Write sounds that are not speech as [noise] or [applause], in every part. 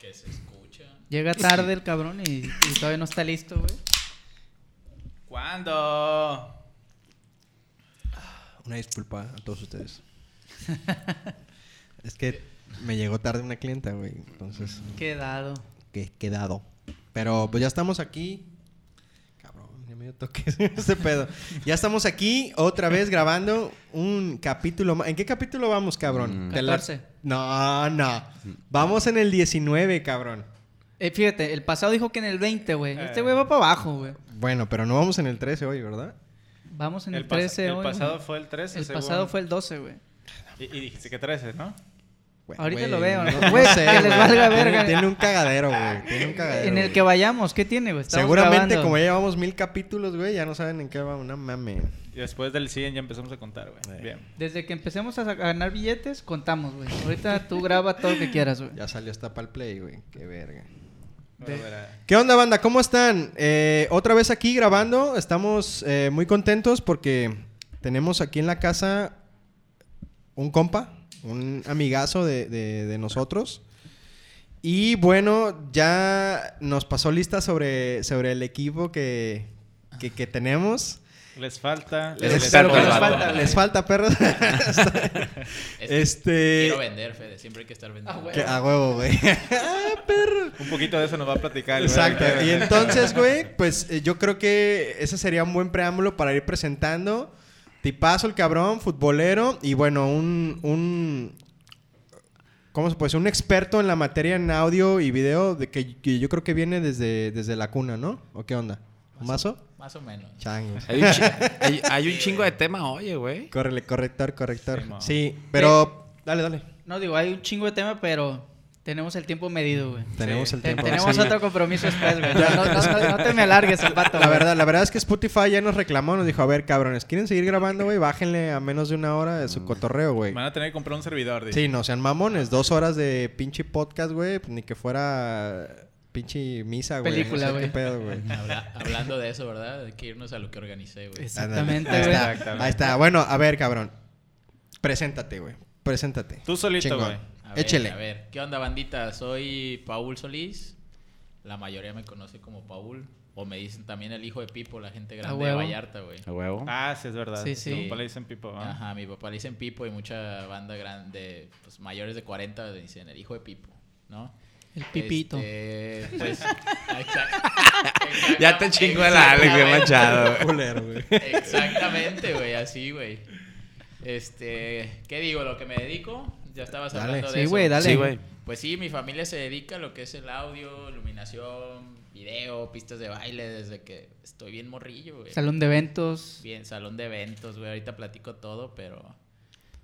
que se escucha. [laughs] Llega tarde el cabrón y, y todavía no está listo, güey. ¿Cuándo? Una disculpa a todos ustedes. es que me llegó tarde una clienta, güey. Entonces, Quedado. que he quedado. Pero pues ya estamos aquí. Cabrón, ya me dio toques [laughs] este pedo. Ya estamos aquí otra vez grabando un capítulo más. ¿En qué capítulo vamos, cabrón? Mm. Te la- 14. No, no. Vamos en el 19, cabrón. Eh, fíjate, el pasado dijo que en el 20, güey. Eh. Este güey va para abajo, güey. Bueno, pero no vamos en el 13 hoy, ¿verdad? Vamos en el, pas- 13 el hoy. pasado güey. fue el 13. El según. pasado fue el 12, güey. Y, y dijiste que 13, ¿no? Güey, Ahorita güey, lo veo, no- ¿no? [laughs] no Güey, sé, que les güey. valga Tiene- verga. Tiene un cagadero, güey. Tiene un cagadero. En el Eh, güey. que vayamos, ¿qué tiene, güey? Estamos Seguramente, grabando. como ya llevamos mil capítulos, güey, ya no saben en qué va una mame. Y después del 100 ya empezamos a contar, güey. Eh. Bien. Desde que empecemos a sa- a ganar billetes, contamos, güey. Ahorita tú graba todo lo que quieras, güey. Ya salió hasta para el play, güey. Qué verga. Bueno, De- verá. ¿Qué onda, banda? ¿Cómo están? Eh, otra vez aquí grabando. Estamos eh, muy contentos porque tenemos aquí en la casa un compa, un amigazo de, de- de nosotros. Y bueno, ya nos pasó lista sobre, sobre el equipo que, que- que tenemos. Les falta. Les les espero que les falta, falta. les falta, [laughs] perros. Es que este. Quiero vender, Fede. Siempre hay que estar vendiendo. Ah, güey. que- a huevo, güey. Un poquito de eso nos va a platicar. güey. Exacto. Y entonces, güey, pues eh, yo creo que ese sería un buen preámbulo para ir presentando. Tipazo el cabrón, futbolero y bueno, un... un ¿Cómo se puede decir? Un experto en la materia en audio y video de que, que yo creo que viene desde, desde la cuna, ¿no? ¿O qué onda? ¿Mazo? Más o menos. Changos. Hay un, chi- hay- hay un chingo de tema, oye, güey. Córrele, corrector, corrector. Sí, mo. Sí, pero... Dale, dale. No, digo, hay un chingo de tema, pero tenemos el tiempo medido, güey. Tenemos el Te- tiempo. Eh, tenemos sí. otro compromiso después, [laughs] güey. No, no, no- no te me alargues, zapato. La güey. verdad, la verdad es que Spotify ya nos reclamó, nos dijo, a ver, cabrones, ¿quieren seguir grabando, güey? Bájenle a menos de una hora Mm. de su cotorreo, güey. Van a tener que comprar un servidor, dice. Sí, no sean mamones. Dos horas de pinche podcast, güey. Ni que fuera pinche misa, güey. Película, no sé güey. qué pedo, güey. Habla- hablando de eso, ¿verdad? Hay que irnos a lo que organicé, güey. Exactamente, Ahí güey. está. Ahí está. Bueno, a ver, cabrón. Preséntate, güey. Preséntate. Tú solito, Chingón. güey. A ver, Échele. A ver, ¿qué onda, bandita? Soy Paul Solís. La mayoría me conoce como Paul. O me dicen también el hijo de Pipo, la gente grande de huevo. Vallarta, güey. A huevo. Ah, sí, es verdad. Sí, sí. Tu papá le dicen Pipo, ¿ah? Ajá, mi papá le dicen Pipo y mucha banda grande, pues mayores de 40 le dicen el hijo de Pipo, ¿no? El pipito. Este, [laughs] pues, exact- Ya te chingó el Alex, güey, Exactamente. machado. güey. Culero, güey. Exactamente, güey, así, güey. Este, ¿qué digo? ¿Lo que me dedico? Ya estabas Dale. hablando de Sí, eso. güey, dale. Sí, güey. Pues sí, mi familia se dedica a lo que es el audio, iluminación, video, pistas de baile desde que estoy bien morrillo, güey. Salón de eventos. Bien, salón de eventos, güey. Ahorita platico todo, pero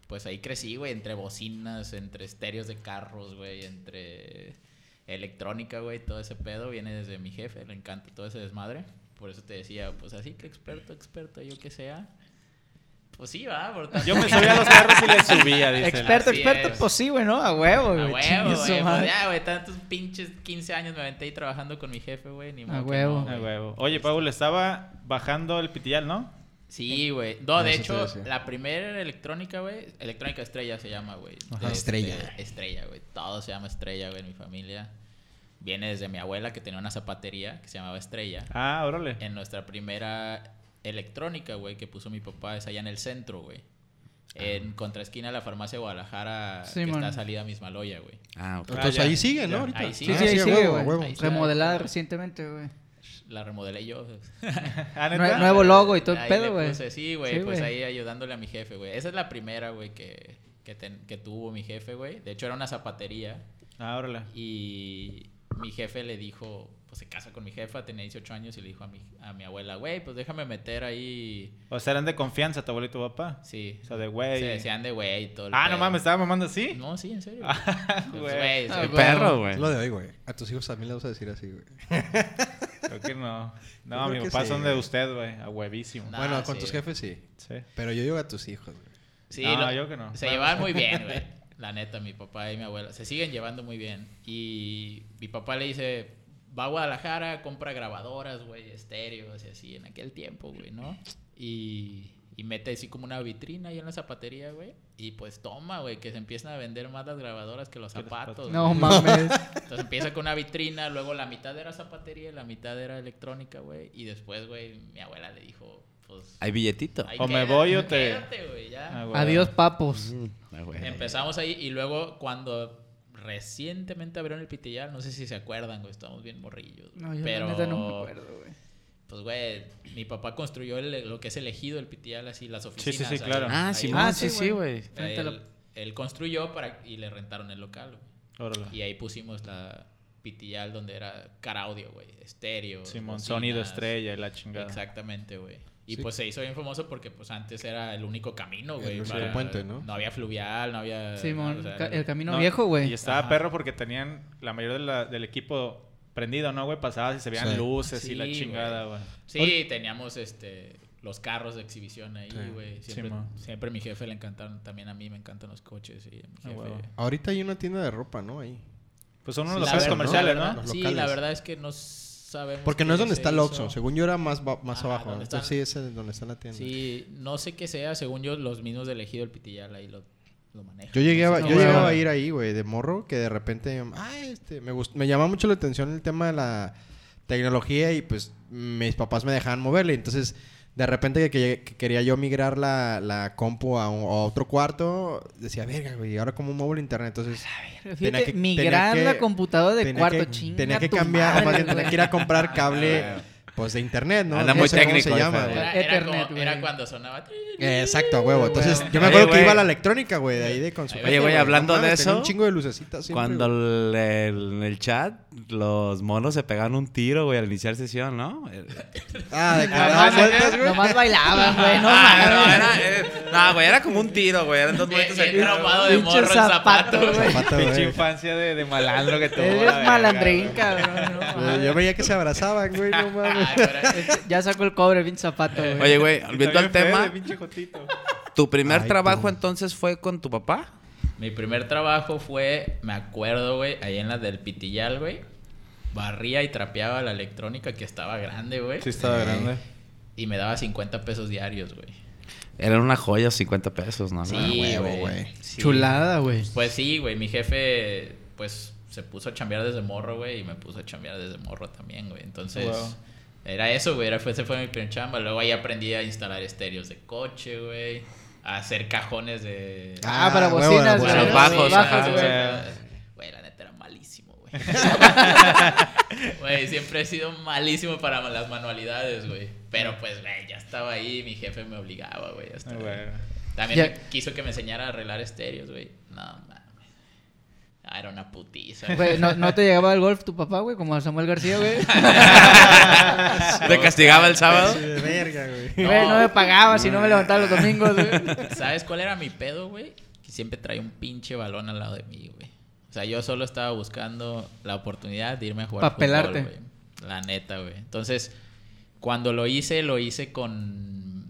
pues ahí crecí, güey, entre bocinas, entre estéreos de carros, güey, entre electrónica, güey, todo ese pedo viene desde mi jefe, le encanta todo ese desmadre. Por eso te decía, pues así que experto, experto, yo que sea. Pues sí, va, por tanto- Yo me subía a los carros [laughs] y les subía, dice. Experto, Así experto, es. pues sí, güey, ¿no? A [laughs] huevo, [laughs] a güey. huevo, Chingue güey. su pues madre. ya, güey, tantos pinches 15 años me aventé ahí trabajando con mi jefe, güey, ni modo que huevo. no, A güey. Ah, huevo. Oye, Paul, estaba bajando el pitillal, ¿no? Sí, güey. No, de Eso Eh, te hecho, decía. la primera electrónica, güey, electrónica estrella se llama, güey. Ajá. Este, Estrella. Estrella, güey. Todo se llama estrella, güey, en mi familia. Viene desde mi abuela que tenía una zapatería que se llamaba Estrella. Ah, órale. En nuestra primera electrónica, güey, que puso mi papá es allá en el centro, güey. Ah. En contraesquina de la farmacia de Guadalajara, Sí, que man. está salida a Mismaloya, güey. Ah, ok. Entonces ya. ahí sigue, Ya. ¿no? Ahorita. Ahí sigue. Sí, Ah, sí, ahí a sigue, huevo, a güey. huevo. Ahí sigue. Remodelada recientemente, güey. La remodelé yo. Ah, Nue- ¿neta? Nuevo logo y todo el Ahí pedo, le güey. puse, Sí, güey, Sí, pues güey. ahí ayudándole a mi jefe, güey. Esa es la primera, güey, que, que, ten- que tuvo mi jefe, güey. De hecho, era una zapatería Ah, órale. y mi jefe le dijo, pues se casa con mi jefa, tenía 18 años y le dijo a mi, a mi abuela, güey, pues déjame meter ahí. O sea, eran de confianza tu abuelo y tu papá. Sí. O sea, de güey. Se decían de güey y todo. el Ah, no pedo. mames, estaba mamando así. No, sí, [laughs] en serio. Pues, güey. güey, Ah, sí, güey. Perro, güey. Es lo de hoy, güey. A tus hijos también le vas a decir así, güey. Creo que [laughs] no. Yo No, creo mi que papá sí, son de güey. usted, güey. A huevísimo. Nah, bueno, con sí. tus jefes sí. Sí. Pero yo digo a tus hijos, güey. Sí, No, lo- yo que no. Se Bueno. llevaban muy bien, [laughs] güey. La neta, mi papá y mi abuela se siguen llevando muy bien. Y mi papá le dice, va a Guadalajara, compra grabadoras, güey, estéreos y así en aquel tiempo, güey, ¿no? Y, Y mete así como una vitrina ahí en la zapatería, güey. Y pues toma, güey, que se empiezan a vender más las grabadoras que los Que los zapatos. zapatos. güey. No [laughs] mames. Entonces empieza con una vitrina, luego la mitad era zapatería, y la mitad era electrónica, güey. Y después, güey, mi abuela le dijo, pues... Hay billetito. ahí O me voy o te- [laughs] quédate, güey, ya. Ah, güey. Adiós, papos. Ah, güey. Empezamos ahí y luego cuando recientemente abrieron el pitillal, no sé si se acuerdan, güey, estábamos bien morrillos. güey. No, yo pero, la neta no me acuerdo, güey. pues, güey, mi papá construyó el- lo que es el ejido, el pitillal, así, las sí, oficinas. sí, ahí. claro. Ah, Ahí, sí, güey, Ah, sí, sí, sí, güey. güey. Frente a la- Él, él construyó para, y le rentaron el local, güey. Órale. Y ahí pusimos la pitillal donde era caraudio, güey. Estéreo. Simón, bocinas. sonido estrella y la chingada. Exactamente, güey. Y Sí. pues se hizo bien famoso porque pues antes era el único camino, güey. El único para- puente, ¿no? No había fluvial, no había... Simón, o sea, ca- el camino No, viejo, Y güey. estaba Ajá. perro porque tenían la mayoría de la- del equipo prendido, ¿no, güey? Pasabas y se veían Sí. luces y la Sí, chingada, güey. Sí, teníamos este los carros de exhibición ahí, Sí. güey. Siempre, Simón. siempre a mi jefe le encantaron, también a mí me encantan los coches y a mi Ah, jefe. huevo. Ahorita hay una tienda de ropa, ¿no? Ahí. Pues son Sí, unos la locales verdad- comerciales, la ¿no? verdad- Los Sí, la locales. verdad es que no sabemos. Porque no es qué donde se está el hizo. Oxxo. Según yo era más, ba- más Ajá, abajo. ¿dónde Entonces, están? sí, ese es donde está la tienda. Sí, no sé qué sea, según yo, los mismos de elegido el pitillal ahí lo, lo manejan. Yo, llegué a, No sé. yo güey. llegaba a ir ahí, güey, de morro, que de repente... Ah, este... Me, gust- me llama mucho la atención el tema de la tecnología y, pues, mis papás me dejaban moverle. Entonces, de repente que, que- que quería yo migrar la, la compu a, un- a otro cuarto, decía, verga, güey, ¿y ahora cómo muevo el internet? Entonces... tenía Fíjate, que- migrar tenía que- la computadora de tenía cuarto, que- chinga Tenía que tu cambiar, madre, [laughs] más bien, güey. tenía que ir a comprar cable, pues, de internet, ¿no? Anda No muy sé cómo técnico, se llama, esa, güey. Era, era Ethernet, como- era güey. cuando sonaba. Eh, Exacto, a huevo. Entonces, Huevo. yo me Oye, acuerdo que güey. iba a la electrónica, güey, de ahí de con su Oye, gente, güey, hablando No mames, de tenía eso, Un chingo de lucecitas siempre, Cuando güey. el- el- en el chat los monos se pegaban un tiro, güey, al iniciar sesión, ¿no? Eh, El- Ah, de que [laughs] Nomás- daban vueltas, güey. Nomás bailaban, güey. [laughs] No Ah, no, mames. era, eh, no, güey, era como un tiro, güey. Eran dos vueltas Bien aquí. traumado de Pinche morro el zapato, zapato, güey. güey. Zapato, Pinche güey. infancia de, de malandro [laughs] que tuvo. la Eres verga, malandrín, güey. cabrón. no Güey, Pues, Yo mames. veía que se abrazaban, güey, no mames. Ay, pero- [laughs] Ya sacó el cobre, pinche zapato, Eh, güey. Oye, güey, Y volviendo al también feo de tema, pinche Jotito. ¿tu primer Ay, trabajo tú. entonces fue con tu papá? Mi primer trabajo fue, me acuerdo, güey, ahí en la del Pitillal, güey. Barría y trapeaba la electrónica que estaba grande, güey. Sí, estaba Eh, grande. Y me daba 50 pesos diarios, güey. Eran una joya, 50 pesos, ¿no? Sí, Ah, güey. huevo, güey. güey. Sí. Chulada, güey. Pues sí, güey. Mi jefe, pues, se puso a chambear desde morro, güey. Y me puso a chambear desde morro también, güey. Entonces, Wow. era eso, güey. Era, fue- ese fue mi primer chamba. Luego ahí aprendí a instalar estéreos de coche, güey. A hacer cajones de... Ah, para huevo, bocinas, huevo, Bueno, para los güey. bajos, güey, ajá, bajos, o güey. sea. Güey, la neta era malísimo, güey. [laughs] Güey, siempre he sido malísimo para las manualidades, güey. Pero pues, güey, ya estaba ahí, mi jefe me obligaba, güey. ya Ah, estaba ahí. güey. También Ya- me quiso que me enseñara a arreglar estéreos, güey. No mames. Ah, era una putiza. Güey, ¿no, no te llegaba al golf tu papá, güey, como a Samuel García, güey. ¿Te castigaba el sábado? Sí, de verga, güey. [laughs] No, no me pagaba si no me levantaba los domingos, güey. ¿Sabes cuál era mi pedo, güey? Que siempre traía un pinche balón al lado de mí, güey. O sea, yo solo estaba buscando la oportunidad de irme a jugar Pa' fútbol, pelarte. güey. La neta, güey. Entonces, cuando lo hice, lo hice con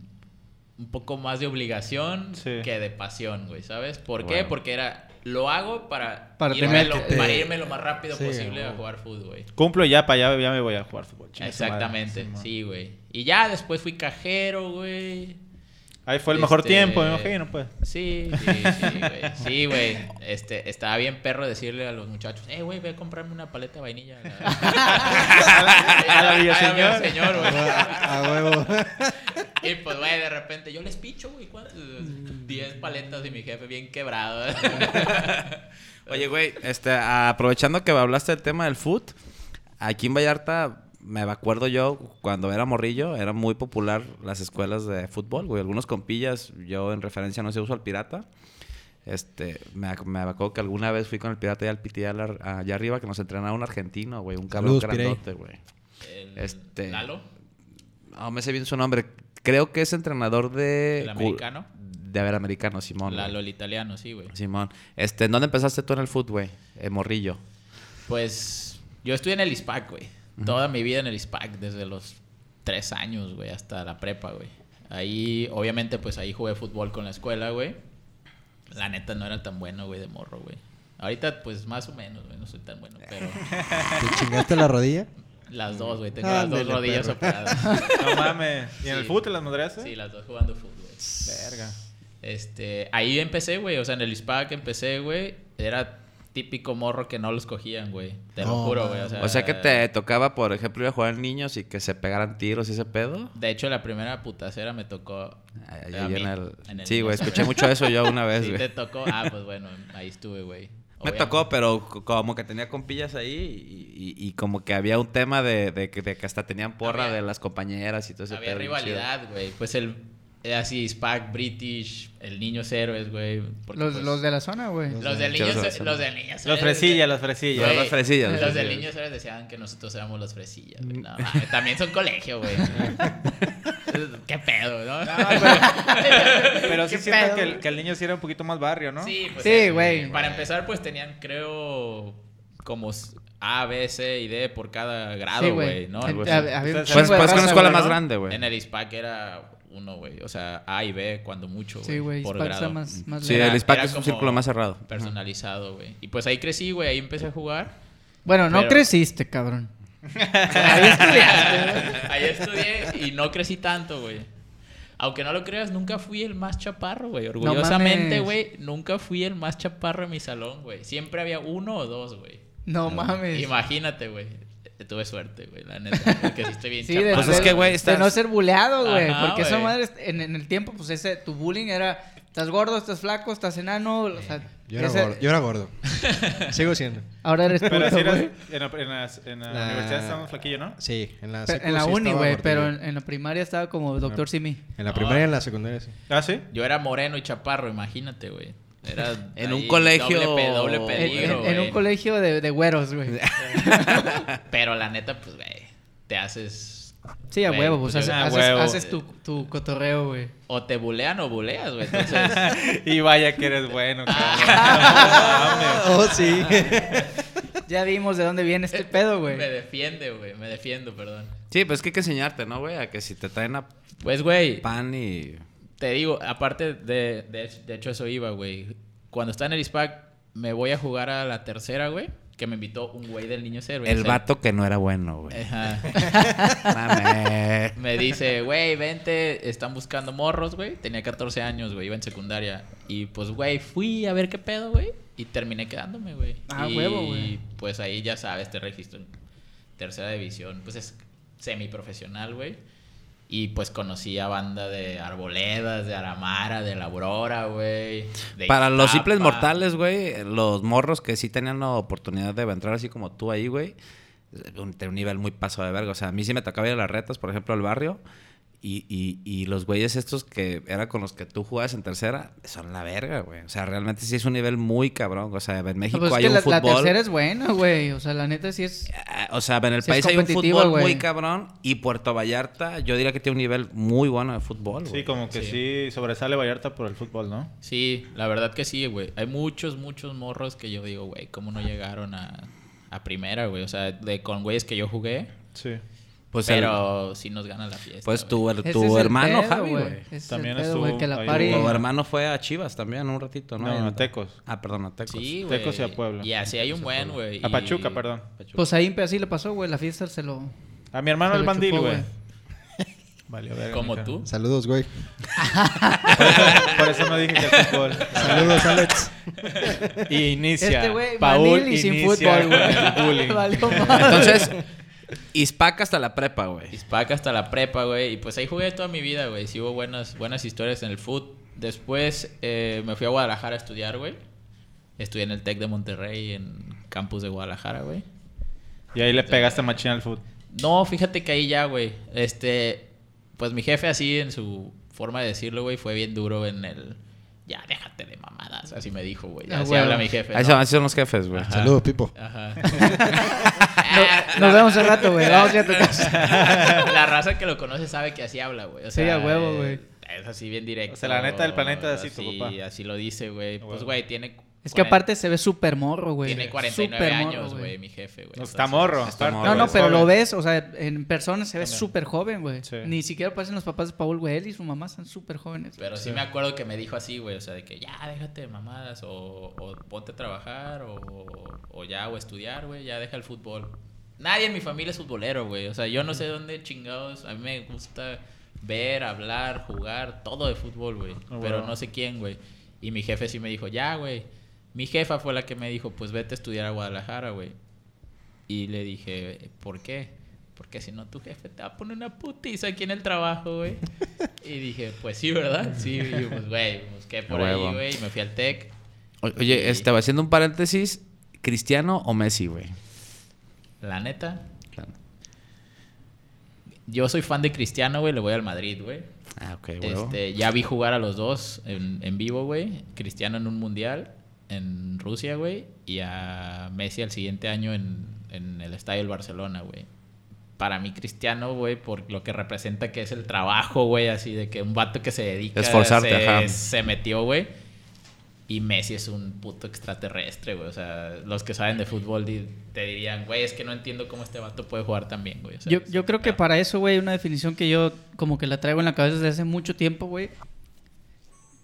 un poco más de obligación Sí. que de pasión, güey, ¿sabes? ¿Por qué? Bueno. Porque era lo hago para, Para irme, tener lo, que- para irme lo más rápido Sí, posible a güey. jugar fútbol, güey. Cumplo y ya para allá, ya me voy a jugar fútbol. chinga su madre. Exactamente, Simón. sí, güey. Y ya después fui cajero, güey. Ahí fue el mejor Este- tiempo, me imagino, pues. Sí, sí, sí, güey. Sí, güey. Este, estaba bien perro decirle a los muchachos, eh, güey, ve a comprarme una paleta de vainilla. A la Villaseñor. A la Villaseñor, güey. A a huevo. Y pues, güey, de repente, yo les picho, güey, ¿cuántas? Diez paletas y mi jefe bien quebrado. Oye, güey, este, aprovechando que hablaste del tema del food, aquí en Vallarta, me acuerdo yo, cuando era morrillo, era muy popular las escuelas de fútbol, güey. Algunos compillas, yo en referencia no sé, uso al pirata. Este, me, ac- me acuerdo que alguna vez fui con el pirata y al pitial ar- allá arriba que nos entrenaba un argentino, güey, un cabrón Saludos, Pirey. grandote, güey. El Este- Lalo. No me sé bien su nombre. Creo que es entrenador de... ¿El americano? De haber americano, Simón. güey. Lalo, el italiano, sí, güey. Simón. Este, ¿en dónde empezaste tú en el fútbol, güey? En morrillo. Pues yo estuve en el ISPAC, güey. Toda mi vida en el ISPAC, desde los tres años, güey, hasta la prepa, güey. Ahí, obviamente, pues ahí jugué fútbol con la escuela, güey. La neta no era tan bueno, güey, de [laughs] morro, güey. Ahorita, pues más o menos, güey, no soy tan bueno, pero. ¿Te chingaste la rodilla? Las dos, güey. Tengo las Ándale, dos rodillas perro. [laughs] operadas. No mames. ¿Y en el Sí. fútbol te las madreaste? Sí, las dos jugando fútbol. Verga. Este, ahí empecé, güey. O sea, en el ISPAC empecé, güey. Era típico morro que no los cogían, güey. Te lo No, juro, güey. O sea, O sea que Eh. te tocaba, por ejemplo, ir a jugar niños y que se pegaran tiros y ese pedo. De hecho, la primera putacera me tocó. Ay, a ahí mí, en el- en el Sí, güey, ISPAC. escuché mucho eso yo una vez, Sí, güey. te tocó. Ah, pues bueno, ahí estuve, güey. Me Obviamente. tocó, pero co- como que tenía compillas ahí y, y- y como que había un tema de, de que- de que hasta tenían porra Había- de las compañeras y todo ese Había pedo, bien pues, chido. rivalidad, güey. Pues el. eh, Así, Spac, British, el Niños Héroes, güey. porque, Los, pues, los de la zona, güey. los del Yo Niños los- Héroes. Los del Niños Los Héroes, fresillas, güey. los fresillas. Güey, Los fresillas, los Los del fresillas. Niños Héroes decían que nosotros éramos los fresillas, güey. No, mames, también son colegio, [laughs] güey. Qué pedo, ¿no? Pero sí ¿Qué siento pedo, que güey? el, que el niño sí era un poquito más barrio, ¿no? Sí, pues, Sí, eh, güey. Para empezar, pues tenían, creo, como s- A, B, C y D por cada grado, Sí, güey, ¿no? Algo Hab- así. hab- había un Pues- chingo Pues, de pues que una raza, escuela güey, más ¿no? grande, güey. En el ISPAC era uno, güey. O sea, A y B cuando mucho, güey. Sí, güey. Por Hispac está grado. más, más Sí, leve. el ISPAC Era es un como- círculo más cerrado. Personalizado, güey. Y pues ahí crecí, güey. Ahí empecé a [laughs] jugar. Bueno, no pero- creciste, cabrón. ahí estudié. [laughs] ahí estudié y no crecí tanto, güey. Aunque no lo creas, nunca fui el más chaparro, güey. Orgullosamente, mames. güey, nunca fui el más chaparro en mi salón, güey. Siempre había uno o dos, güey. No mames. Imagínate, güey. Eh, Tuve suerte, güey, la neta. Porque sí estoy [laughs] bien Sí, de, chaparro. Pues es ser- que, güey, de estás- no ser buleado, güey. Ajá, Porque esa güey. madre, en, en el tiempo, pues ese, tu bullying era, estás gordo, estás flaco, estás enano, o sea... Yo era ese- gordo. Yo era gordo. Sigo siendo. Ahora eres puto, Pero sí eras, güey. en, la, en las- en la La- universidad estábamos flaquillo, ¿no? Sí, en la Pe- secu en la sí uni, estaba güey, gordillo. pero en, en la primaria estaba como Doctor Simi. En la primaria y en la secundaria sí. Ah, sí. Yo era moreno y chaparro, imagínate, güey. Era [laughs] En ahí un colegio- Doble, pe- doble En- En, peligro, en- en güey. un colegio de, de güeros, [laughs] güey. [laughs] Pero la neta, pues, güey, te haces... Sí, a Güey, huevo, pues pues, haces, a haces- ah, huevo. haces tu, tu cotorreo, güey. O te bulean o buleas, güey. Entonces, [laughs] Y vaya que eres [laughs] bueno, cabrón. Oh, sí. Ya vimos de dónde viene este pedo, [laughs] güey. me defiende, güey. Me defiendo, perdón. Sí, pues es que hay que enseñarte, ¿no, güey? A que si te traen a Pues, güey, pan y... te digo, aparte de, de, de hecho eso iba, güey. Cuando está en el ISPAC, me voy a jugar a la tercera, güey. Que me invitó un güey del niño cero. El vato que no era bueno, güey. Ajá. [laughs] Mames. Me dice, güey, vente, están buscando morros, güey. Tenía 14 años, güey, iba en secundaria. Y pues, güey, fui a ver qué pedo, güey. Y terminé quedándome, güey. Ah, Y, huevo, güey. pues ahí ya sabes, te registro en tercera división. Pues es semiprofesional, güey. Y pues conocí a banda de Arboledas, de Aramara, de La Aurora, güey. de Para los simples Ixtapa. mortales, güey, los morros que sí tenían la oportunidad de entrar así como tú ahí, güey, un, tenía un nivel muy paso de verga. O sea, a mí sí me tocaba ir a las retas, por ejemplo, al barrio. Y, y, y los güeyes estos que eran con los que tú jugabas en tercera son la verga, güey. O sea, realmente sí es un nivel muy cabrón. O sea, en México Pues es hay que un la, la fútbol. tercera es buena, güey. O sea, la neta sí es... Ah, O sea, en el Sí es país hay un competitiva, fútbol güey. muy cabrón. Y Puerto Vallarta, yo diría que tiene un nivel muy bueno de fútbol, güey. Sí, como que sí. sobresale Vallarta por el fútbol, ¿no? Sí, la verdad que sí, güey. Hay muchos, muchos morros que yo digo, güey, ¿cómo no llegaron a, a primera, güey? O sea, de con güeyes que yo jugué, Sí. Pues, el- pero sí nos gana la fiesta. pues güey. tu, el- ese tu es el hermano, pedo, Javi, güey. Ese es También el pedo, estuvo güey, que la ahí pari... Sí. Tu hermano fue a Chivas también un ratito, ¿no? No, En- a Tecos. Ah, perdón, a Tecos. Sí, güey. Tecos y a Puebla. Y así hay un buen, güey. A y- Pachuca, perdón. Pues ahí empe- así le pasó, güey. La fiesta se lo... A mi hermano Se el lo bandil, chupó, güey. güey. Vale, a ver. Como tú. [laughs] Saludos, güey. Por eso no dije que el fútbol. Saludos, Alex. Y [laughs] inicia. este güey, Paul Manil y sin inicia fútbol, el güey. bullying. [laughs] [laughs] Valió madre. Entonces, Ispac hasta la prepa, güey. Ispac hasta la prepa, güey. Y pues ahí jugué toda mi vida, güey. Sí hubo buenas, buenas historias en el foot. Después eh, me fui a Guadalajara a estudiar, güey. Estudié en el TEC de Monterrey, en campus de Guadalajara, güey. Y ahí le pegaste machina al fútbol. No, fíjate que ahí ya, güey. Este, pues mi jefe así en su forma de decirlo, güey, fue bien duro en el... Ya, déjate de mamadas. Así me dijo, güey. Ah, Así güey. habla mi jefe. Ahí ¿no? se van, así son los jefes, güey. Ajá. Saludos, Pipo. Ajá. Nos vemos al [laughs] rato, güey. Vamos ya a tu casa. [laughs] La raza que lo conoce sabe que así habla, güey. O Sí, sea, a huevo, güey. Es así bien directo. O sea, la neta del planeta es así, tu papá. Sí, así lo dice, güey. Pues, huevo. güey, tiene... Es que cuaren- aparte se ve súper morro, güey. Tiene 49 Súper morro, años, güey, mi jefe, güey. No está Entonces, morro. está aparte, morro, No, no, güey. pero lo Joven. ves, o sea, en persona se ve También. súper joven, güey. Sí. Ni siquiera parecen los papás de Paul, güey. Él y su mamá están súper jóvenes. Pero sí me acuerdo que me dijo así, güey, o sea, de que ya déjate de mamadas, o, o ponte a trabajar, o, o ya, o estudiar, güey, ya deja el fútbol. Nadie en mi familia es futbolero, güey. O sea, yo no sé dónde chingados. A mí me gusta ver, hablar, jugar, todo de fútbol, güey. Ah, Pero bueno. no sé quién, güey. Y mi jefe sí me dijo, ya, güey. Mi jefa fue la que me dijo, pues vete a estudiar a Guadalajara, güey. Y le dije, ¿por qué? Porque si no, tu jefe te va a poner una putiza aquí en el trabajo, güey. y dije, pues sí, ¿verdad? Sí, y pues, güey, busqué por A ahí, huevo. güey. Y me fui al TEC. O- Oye, este, haciendo un paréntesis, ¿Cristiano o Messi, güey? La neta, Claro. yo soy fan de Cristiano, güey. Le voy al Madrid, güey. Ah, ok, güey. Este, ya vi jugar a los dos en, en vivo, güey. Cristiano en un mundial en Rusia, güey. Y a Messi al siguiente año en, en el estadio del Barcelona, güey. Para mí, Cristiano, güey, por lo que representa que es el trabajo, güey, así de que un vato que se dedica. Esforzarte, se, ajá. se metió, güey. Y Messi es un puto extraterrestre, güey. O sea, los que saben de fútbol di- te dirían, güey, es que no entiendo cómo este vato puede jugar tan bien, güey. O sea, Yo, es yo un creo que pedo. para eso, güey, una definición que yo como que la traigo en la cabeza desde hace mucho tiempo, güey.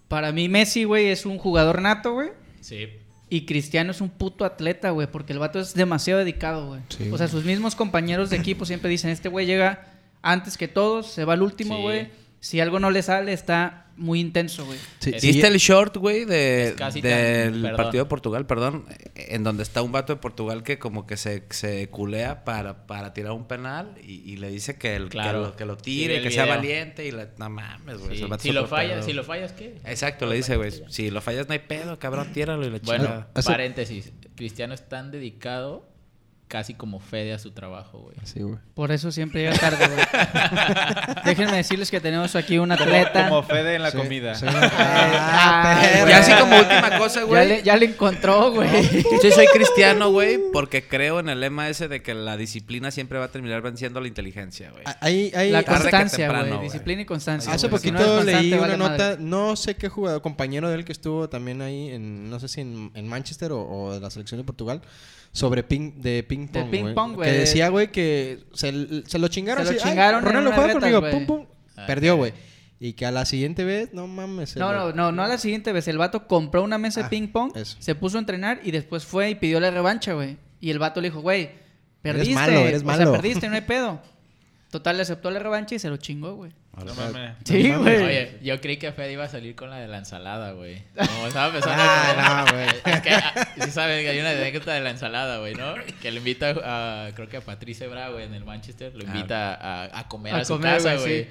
Para mí Messi, güey, es un jugador nato, güey. Sí. Y Cristiano es un puto atleta, güey, porque el vato es demasiado dedicado, güey. Sí, o sea, sus mismos compañeros de equipo siempre dicen, este güey llega antes que todos, se va al último, Sí. güey. Si algo no le sale, está muy intenso, güey. Sí, Es- sí, ¿Viste el short, güey, de, Es casi del tan- perdón. partido de Portugal, perdón? En donde está un vato de Portugal que como que se, se culea para, para tirar un penal y, y le dice que, el, que Claro. lo, que lo Sí, tire, vi que el sea video. valiente y la... No mames, güey. Sí. ese Pues, vato Si lo súper fallas, pedo. si lo fallas, ¿qué? Exacto, le dice, güey, si lo fallas no hay pedo, [laughs] cabrón, tíralo y la Bueno, chingada. hace- paréntesis. Cristiano es tan dedicado casi como Fede a su trabajo, güey. sí, güey. Por eso siempre llega tarde, güey. Déjenme decirles que tenemos aquí un atleta. Como Fede en la Sí, comida. sí. [laughs] Ah, Y perro. así como última [laughs] cosa, ya, güey. le, ya le encontró, güey. Yo soy cristiano, güey, porque creo en el lema ese de que la disciplina siempre va a terminar venciendo a la inteligencia, güey. Ah, Ahí, ahí, La Tarde que constancia, temprano, güey. güey. Disciplina y constancia. Hace güey. Si poquito no eres constante, leí vale una nota, madre. no sé qué jugador, compañero de él que estuvo también ahí, en, no sé si en, en Manchester o, o de la selección de Portugal, sobre ping, de ping De pong. ping güey. pong, güey. Que decía, güey, que se, l- se lo chingaron. Se lo así, "Ay, chingaron en Ronaldo unas juega retas, conmigo, güey. pum, pum. Ah, Perdió, sí. güey. Y que a la siguiente vez, no mames. se No, lo- no, no, no a la siguiente vez. El vato compró una mesa de Ah, ping pong, eso. se puso a entrenar y después fue y pidió la revancha, güey. Y el vato le dijo, güey, perdiste. malo, eres O malo. sea, perdiste, no hay pedo. Total, le aceptó la revancha y se lo chingó, güey. No mames. Sí, mames. güey. Oye, yo creí que Fede iba a salir con la de la ensalada, güey. [laughs] Como estaba pensando. Ah, no, güey. Es que, ah, sí saben que hay una anécdota de la ensalada, güey, ¿no? Que le invita a, creo que a Patrice Bra, güey, en el Manchester, lo invita a, a comer a, Ah. A su comer, casa, güey, güey. sí.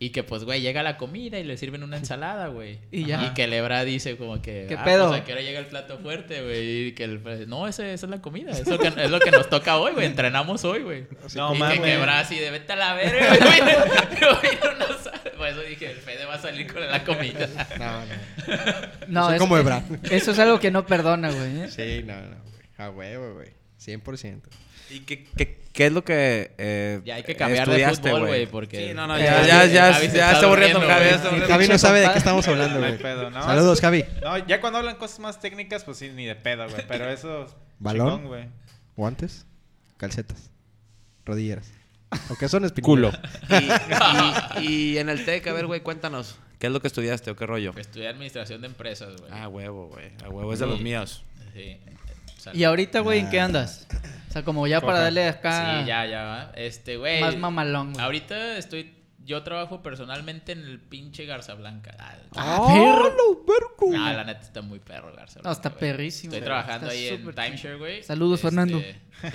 Y que, pues, güey, llega la comida y le sirven una ensalada, güey. Y ya. Y que Lebra dice como que... ¿Qué ah, pedo? Pues, ¿A qué hora llega el plato fuerte, güey? Y que el... Fre- No, ese- esa es la comida. Es lo que, es lo que nos toca hoy, güey. Entrenamos hoy, güey. No y mames. que quebra así de vete a [laughs] la verga, güey. Pero bueno, no sabe. Por eso dije, el Fede va a salir con la comida. [laughs] No, no. No, Soy eso, como Ebra. eso es algo que no perdona, güey. ¿eh? Sí, no, no, güey. A huevo, güey. 100%. ¿Y qué, qué- qué es lo que eh, Ya hay que cambiar de estudiaste, fútbol, güey, porque... Sí, no, no, Eh, ya, Javi- ya, ya, Javi ya se está aburriendo, durmiendo, Javi, güey. ya está aburriendo. Javi no sabe de qué estamos hablando, No hay [laughs] güey. pedo, ¿no? Saludos, Javi. No, ya cuando hablan cosas más técnicas, pues sí, ni de pedo, güey. Pero eso. es ¿Balón? chingón, güey. Guantes, calcetas, rodilleras. Aunque son Culo. espinilleras. [laughs] Y, y- y en el TEC, a ver, güey, cuéntanos. ¿Qué es lo que estudiaste o qué rollo? Estudié administración de empresas, güey. Ah, huevo, Pues, güey. A huevo, es de los Sí. míos. Sí. Sal- Y ahorita, güey, ¿en qué andas? O sea, como ya para Coja. darle acá Sí, ya, ya, ¿va? Este, güey. Ah. más mamalón, güey. Ahorita estoy... Yo trabajo personalmente en el pinche Garza Blanca. Ah, Ah, perro. No, la neta está muy perro, Garza. No, está güey. perrísimo. Estoy güey. trabajando Está ahí en súper Timeshare, güey. Este, Saludos, Fernando. sí, güey.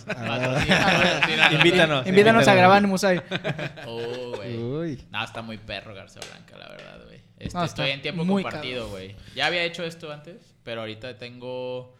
[laughs] Patrocínanos, patrocínanos. Invítanos. chido. Invítanos Uh. a grabar en Musai. Oh, güey. Uy. No, está muy perro Garza Blanca, la verdad, güey. Este, No, está estoy en tiempo muy compartido, cabrón. güey. Ya había hecho esto antes, pero ahorita tengo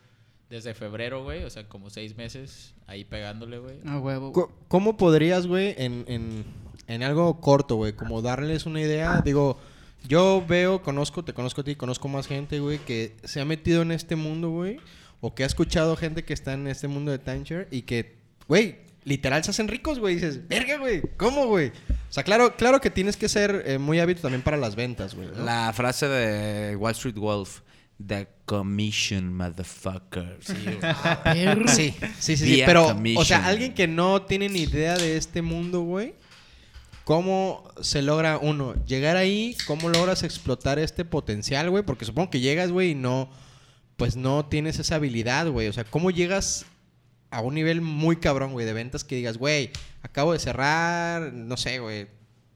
desde febrero, güey. O sea, como seis meses ahí pegándole, güey. No, huevo. Co- ¿Cómo podrías, güey, en, en, en algo corto, güey? Como darles una idea. Digo, yo veo, conozco, te conozco a ti, conozco más gente, güey, que se ha metido en este mundo, güey. O que ha escuchado gente que está en este mundo de timeshare y que, güey, literal se hacen ricos, güey. Dices, verga, güey, ¿cómo, güey? O sea, claro, claro que tienes que ser eh, muy hábito también para las ventas, güey. ¿no? La frase de Wall Street Wolf. The commission, motherfucker. Sí, güey. Perro. Sí, sí, sí, sí, Vía Pero, o commission. sea, alguien que no tiene ni idea de este mundo, güey. ¿Cómo se logra uno llegar ahí? ¿Cómo logras explotar este potencial, güey? Porque supongo que llegas, güey, y no, pues no tienes esa habilidad, güey. O sea, ¿cómo llegas a un nivel muy cabrón, güey, de ventas que digas, güey, acabo de cerrar, no sé, güey,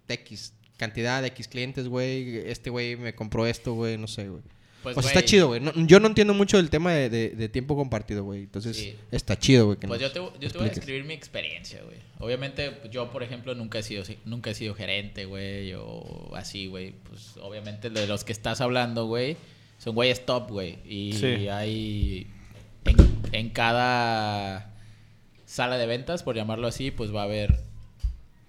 de X cantidad de X clientes, güey, este güey me compró esto, güey, no sé, güey. Pues, o sea, está güey, chido, güey. No- yo no entiendo mucho del tema de, de- de tiempo compartido, güey. Entonces, Sí. está chido, güey. que Pues yo nos te, yo te voy a expliques. describir mi experiencia, güey. Obviamente, pues, yo, por ejemplo, nunca he sido, nunca he sido gerente, güey, o así, güey. Pues obviamente de los que estás hablando, güey, son güeyes top, güey. Y Sí. hay en, en cada sala de ventas, por llamarlo así, pues va a haber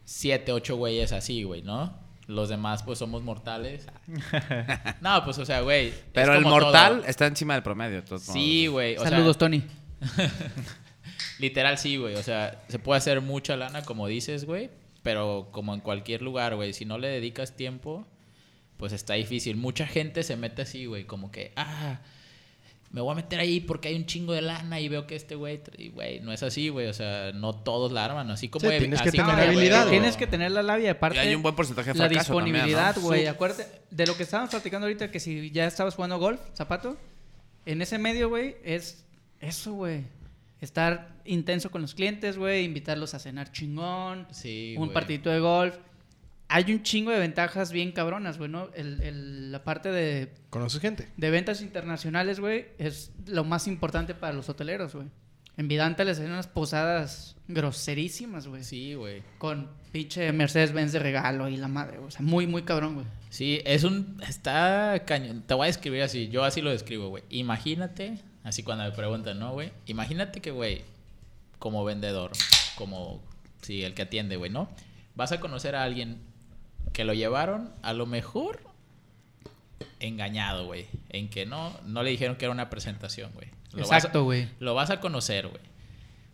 siete, ocho güeyes así, güey, ¿no? Los demás, pues [laughs] somos mortales. No, pues, o sea, güey. es Pero el como todo. mortal está encima del promedio. de todos Sí, modos. güey. o sea, Saludos, Tony. Literal sí, güey. O sea, se puede hacer mucha lana, como dices, güey. Pero como en cualquier lugar, güey. Si no le dedicas tiempo, pues está difícil. Mucha gente se mete así, güey. Como que, ah, me voy a meter ahí porque hay un chingo de lana y veo que este güey, tra- y, güey, no es así, güey. O sea, no todos la arman. Así como... Sí, he- tienes que así tener como he- habilidad, güey. Ah, Tienes que tener la labia, Y aparte. hay un buen porcentaje de la fracaso también, ¿no? disponibilidad, güey. Su- Acuérdate de lo que estábamos platicando ahorita, que si ya estabas jugando golf, zapato, en ese medio, güey, es eso, güey. Estar intenso con los clientes, güey, invitarlos a cenar chingón, Sí, un güey. partidito de golf. Hay un chingo de ventajas bien cabronas, güey, ¿no? El- el- la parte de, ¿Conoces gente? de ventas internacionales, güey, es lo más importante para los hoteleros, güey. En Vidanta les hacen unas posadas groserísimas, güey Sí, güey. con pinche Mercedes-Benz de regalo y la madre, güey. o sea, muy, muy cabrón, güey. Sí, es un... Está cañón. Te voy a describir así. Yo así lo describo, güey. Imagínate, así cuando me preguntan, ¿no, güey? Imagínate que, güey, como vendedor, como... Sí, el que atiende, güey, ¿no? Vas a conocer a alguien que lo llevaron a lo mejor engañado, güey. En que no, no le dijeron que era una presentación, güey. Lo vas a- Exacto, güey. lo vas a conocer, güey.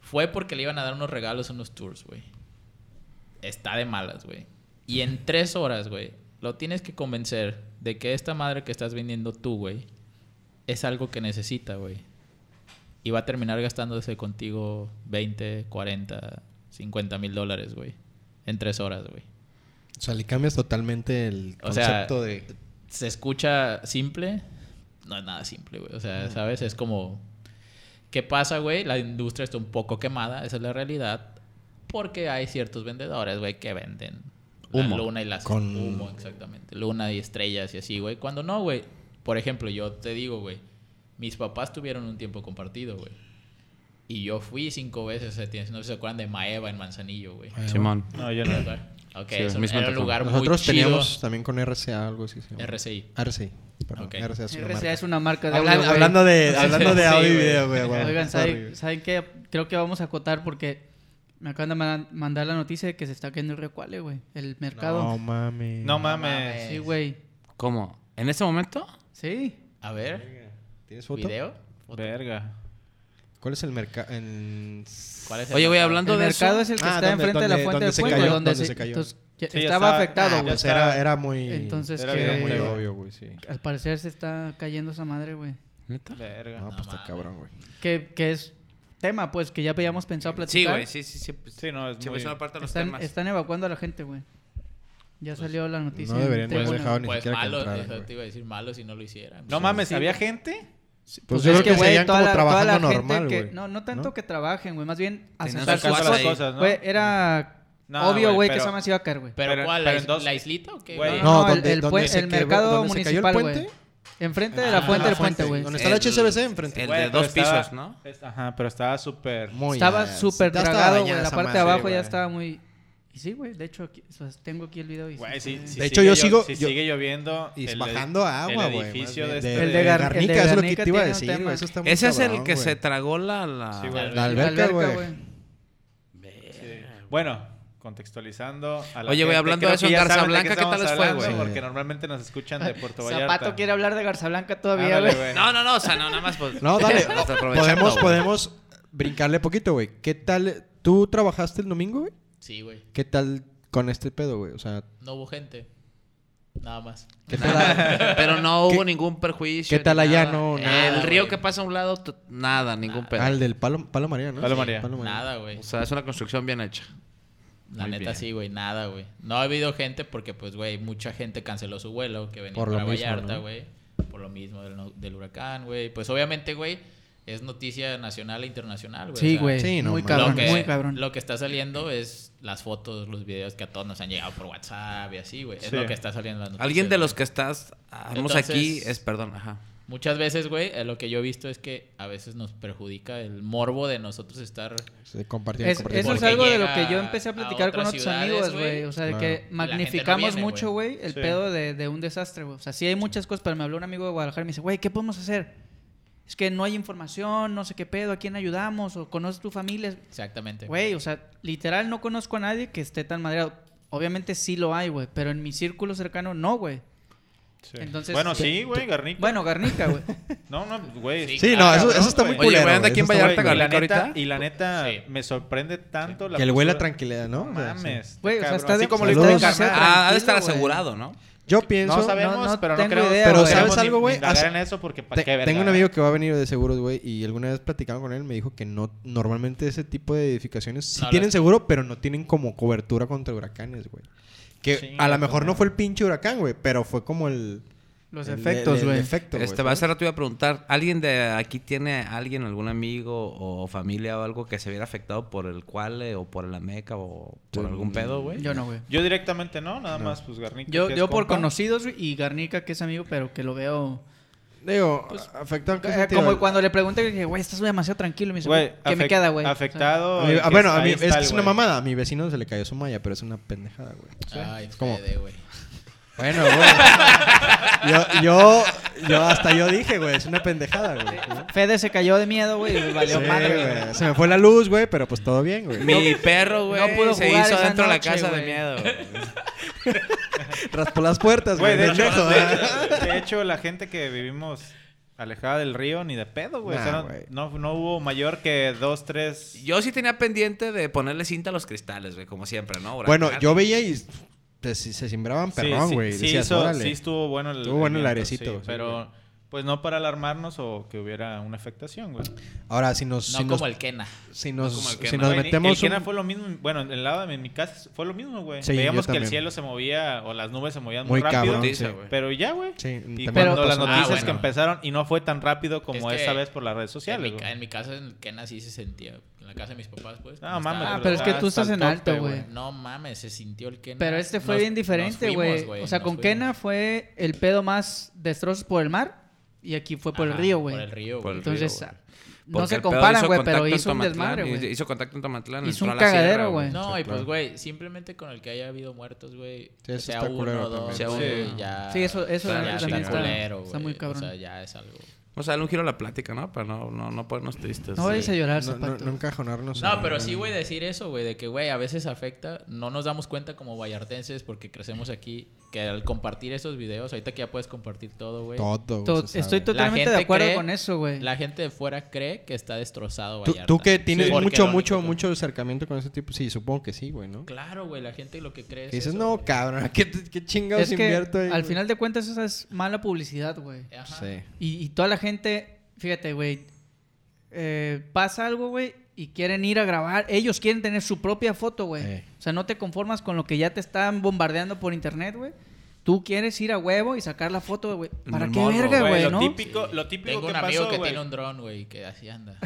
Fue porque le iban a dar unos regalos, unos tours, güey. Está de malas, güey. Y en tres horas, güey, lo tienes que convencer de que esta madre que estás vendiendo tú, güey, es algo que necesita, güey. Y va a terminar gastándose contigo 20, 40, 50 mil dólares, güey. En tres horas, güey. O sea, le cambias totalmente el O sea, concepto de... se escucha simple, no es nada simple, güey. O sea, ¿sabes? Es como... ¿Qué pasa, güey? La industria está un poco quemada, esa es la realidad, porque hay ciertos vendedores, güey, que venden Humo. la luna y las... Con- Humo, exactamente. Luna y estrellas y así, güey. Cuando no, güey. Por ejemplo, yo te digo, güey, mis papás tuvieron un tiempo compartido, güey. Y yo fui cinco veces, ¿se tiene- no sé si se acuerdan de Maeva en Manzanillo, güey. Simón. No, yo no. Ok, Sí, es un- mismo era un entorno. lugar Ah. Nosotros muy chido. teníamos también con RCA algo así. se llama. RCI. RCI. Perdón, Ok. RCA es una RCA marca. es una marca de Hablan- audio, güey. hablando de, hablando de Sí, audio y güey. video, güey. güey. [laughs] Oigan, Sorry, ¿saben, güey. saben qué? Creo que vamos a acotar porque me acaban de man- mandar la noticia de que se está cayendo el recuale, güey. El mercado. No mames. No mames. mames. sí, güey. ¿Cómo? ¿En ese momento? Sí. A ver, ¿Tienes foto? video. Verga. ¿Cuál es el mercado? En... ¿Cuál es el Oye, güey, mercado? hablando El de mercado eso. es el que Ah, está ¿dónde- enfrente de la dónde- fuente dónde se del cayó? fuego, donde ¿Dónde se se cayó? Entonces, ya Sí, estaba estaba- afectado, Ah, güey. ya pues era, era muy... Entonces, Era que- era muy evidente, güey. obvio, güey, sí. Al parecer se está cayendo esa madre, güey. ¿Neta? Verga. No, pues está mames. cabrón, güey. Que, que es tema, pues, que ya habíamos pensado platicar. Sí, güey, sí, sí, sí. pues, Sí, no, es siempre muy- son aparte los Están, temas. están evacuando a la gente, güey. Ya salió la noticia. no en deberían haber Tribuna. dejado ni Pues siquiera que malo, entraran, eso güey. te iba a decir malo si no lo hicieran. No Sí. mames, sí, ¿había güey. gente? Pues Pues yo es creo que, güey, seguían toda como la- toda la trabajando gente normal, que- güey. No, no tanto ¿No? que trabajen, güey. Más bien Tenían asentar su sus casa cosas. ahí. cosas, ¿no? Güey, era No, obvio, güey, güey, que pero- esa más iba a caer, güey. ¿Pero, Pero- cuál? pero la, is- entonces- la islita o qué? Güey. No, No, donde- el, donde puen- se el quebró- mercado donde se cayó el municipal, güey. puente. Enfrente de la fuente del puente, güey. Ah, Donde está la El- HSBC enfrente. el Güey, de pero dos estaba- pisos, ¿no? es- Ajá, pero estaba súper... Muy Estaba ya- súper ya estaba dragado, güey. dañada La esa parte de madre, abajo güey. ya estaba muy... Y sí, güey. De hecho, aquí- o sea, tengo aquí el video. y Güey, sí, si, sí. si De hecho, sigue yo llo- sigo- Si yo- sigue lloviendo... Y el- bajando agua, El güey. edificio más de, bien. este... El de Gar- el de Garnica, eso es lo que Garnica te iba a tiene un decir, tema. güey. Eso está muy Ese es el cabrón, que se güey. tragó la... la- Sí, güey. La La alberca, alberca, güey. Este, Ah, Bueno, contextualizando a la Oye, gente, güey, hablando creo de eso que en ya saben de Casablanca, ¿qué tal estamos les fue, hablando, güey? Porque normalmente nos escuchan de Puerto Vallarta. [laughs] Zapato quiere hablar de Garzablanca todavía, Ándale, güey. güey. No, no, no, o sea, no, nada más. pues, No, [laughs] dale. nos aprovechando, podemos, güey. podemos brincarle poquito, güey. ¿Qué tal? ¿Tú trabajaste el domingo, güey? Sí, güey. ¿Qué tal con este pedo, güey? O sea, No hubo gente. Nada más. ¿qué [laughs] tal? Pero no hubo ¿Qué- ningún perjuicio. qué tal ni allá? nada. No, nada, El río güey. que pasa a un lado, t- nada, ningún pedo. ah, el del Palo, Palo María, ¿no? Palo Sí, María. Nada, güey. O sea, es una construcción bien hecha. La muy neta bien. sí, güey. Nada, güey. No ha habido gente porque, pues, güey, mucha gente canceló su vuelo que venía Por lo para mismo, Vallarta, ¿no? güey. Por lo mismo del, del huracán, güey. Pues, obviamente, güey, es noticia nacional e internacional, güey. O Sí, sea, güey. sí, no muy mames. cabrón, lo que, muy cabrón. Lo que está saliendo es las fotos, los videos que a todos nos han llegado por WhatsApp y así, güey. Es Sí. lo que está saliendo en las noticias. Alguien de güey. los que estás. Vamos Entonces- aquí. Es, perdón, ajá. Muchas veces, güey, eh, lo que yo he visto es que a veces nos perjudica el morbo de nosotros estar... Se compartió, Es- compartió. eso es Porque algo de lo llega que yo empecé a platicar a con otras otros ciudades, amigos, güey. güey. O sea, de Claro. que no magnificamos viene, mucho, güey, el Sí. pedo de, de un desastre, güey. O sea, sí hay muchas cosas, pero me habló un amigo de Guadalajara y me dice, güey, ¿qué podemos hacer? Es que no hay información, no sé qué pedo, ¿a quién ayudamos? ¿O conoces tu familia? Exactamente. Güey, o sea, literal no conozco a nadie que esté tan madreado. Obviamente sí lo hay, güey, pero en mi círculo cercano no, güey. Sí. Entonces, bueno, tú- sí, güey, Garnica. Bueno, Garnica, güey. No, no, güey. Sí, Sí, no, Ah, eso, cabrón, eso está muy güey. Oye, culero. güey, anda güey, eso aquí en está muy Vallarta, Y culero. la Garnica neta, ahorita. y la neta Sí. me sorprende tanto la Que el güey la postura- tranquilidad, ¿no? No O sea, sí. mames. Güey, o sea, cabrón. está de- Así como lo está hiciste de en pasar- carnal. Ah, ha de estar tranquilo, güey. asegurado, ¿no? Yo pienso... No sabemos, no pero no tengo creo idea, pero güey. ¿sabes ¿Sabes algo, algo, güey? Hace- en eso porque para Te- qué verga. eh? tengo un amigo que va a venir de seguros, güey, y alguna vez platicando con él me dijo que no, normalmente ese tipo de edificaciones sí No las tienen tienen. seguro, pero no tienen como cobertura contra huracanes, güey. Que a lo Chinga tu mejor no madre. fue el pinche huracán, güey, pero fue como el... Los el- el- efectos, el güey. efecto, güey, Este, va a ser rato iba a preguntar, ¿alguien de aquí tiene alguien, algún amigo o familia o algo que se viera afectado por el cuale o por la meca o por Sí. algún pedo, güey? Yo no, güey. Yo directamente no, nada No. más pues Garnica. Yo, que es yo por compa. conocidos güey, y Garnica, que es amigo, pero que lo veo. Digo, afectado... ¿en qué Eh, sentido? como cuando le pregunté, dije, güey, estás demasiado tranquilo. y Me dice, Güey, "Güey, ¿qué me afec- queda, güey? Afectado. A mí- el ah, que bueno, a ahí mí está es, que el es una güey. mamada. A mi vecino se le cayó su malla, pero es una pendejada, güey. Ay, como- Fede, güey. Bueno, güey. [laughs] yo, yo, yo, hasta yo dije, güey, es una pendejada, güey. O sea, Fede se cayó de miedo, güey, y Sí, valió madre, güey. güey. Se me fue la luz, güey, pero pues todo bien, güey. Mi perro, güey, no pudo se jugar hizo esa dentro de la noche, casa de güey. miedo. güey. [laughs] Raspó las puertas, Güey, güey. de hecho, pendejo, ¿eh? de hecho- de hecho, la gente que vivimos alejada del río, ni de pedo, güey. O sea, Nah, no- güey. no, no hubo mayor que dos, tres. Yo sí tenía pendiente de ponerle cinta a los cristales, güey, como siempre, ¿no? Huracán. Bueno, yo veía y te- se, se simbraban Sí, perrón, sí, güey. Sí, Decías, hizo- órale. sí estuvo bueno el, Estuvo bueno el viento, airecito, sí, sí, güey. pero, pues no para alarmarnos o que hubiera una afectación, güey. Ahora, si nos, No si como nos, el Kena. si nos, como el si Kena. nos Güey, ni- metemos... El Kena un- fue lo mismo. Bueno, en el lado de mi casa fue lo mismo, güey. Sí, yo Veíamos que el también. cielo se movía o las nubes se movían muy, Muy rápido. cabrón, Noticia, sí. güey. Pero ya, güey. Sí, Y también cuando pasó. las Ah, noticias bueno. que empezaron y no fue tan rápido como Es que esa vez por las redes En sociales, mi, ca- güey. en mi casa, en el Kena sí se sentía. En la casa de mis papás, pues. No, como mames, estaba- Ah, pero es que tú estás en Hasta el alto, tope, güey. No mames, se sintió el Kena. Pero este fue Nos- bien diferente, nos fuimos, güey. O sea, nos con fuimos. Kena fue el pedo más destrozos por el mar y aquí fue por el Ajá, río, güey. Por el río, Por el güey. río, Entonces, güey. no Porque se el pedo comparan, hizo güey, contacto pero en hizo un Tomatlán, desmadre, hizo- güey. Hizo contacto en Tomatlán. Hizo entró un a la sierra, cagadero, güey. No, Sí, y pues, claro. güey, simplemente con el que haya habido muertos, güey. Sí, o eso sea está uno, culero dos, también. güey, Sí. ya. Sí, eso- eso ya también está está- culero, está güey. muy cabrón. O sea, ya es algo. Vamos a darle un giro a la plática, ¿no? Para no, no, no ponernos tristes. No vayas a llorar, No, no, zapato. no encajonarnos. No, en- pero sí, güey, decir eso, güey, de que, güey, a veces afecta. No nos damos cuenta como vallartenses porque crecemos aquí que al compartir esos videos, ahorita que ya puedes compartir todo, güey. To- Todo, güey, se Estoy sabe. La totalmente de gente acuerdo cree- con eso, güey. La gente de fuera cree que está destrozado Tú, Vallarta. tú que tienes Sí. Porque mucho, lo único mucho, que- mucho acercamiento con ese tipo. Sí, supongo que sí, güey, ¿no? Claro, güey, la gente lo que cree es Que dices, eso, no, güey. cabrón, [laughs] ¿qué, qué chingados Es que invierto ahí, al güey?" final de cuentas esa es mala publicidad, güey. Ajá. Sí. Y, y toda la gente, fíjate, güey, eh, pasa algo, güey, y quieren ir a grabar. Ellos quieren tener su propia foto, güey. Eh. O sea, no te conformas con lo que ya te están bombardeando por internet, güey. Tú quieres ir a huevo y sacar la foto, güey. El ¿Para qué morbo, verga, güey, güey, lo no? típico, lo típico Tengo que un amigo pasó, que güey. tiene un dron, güey, que así anda.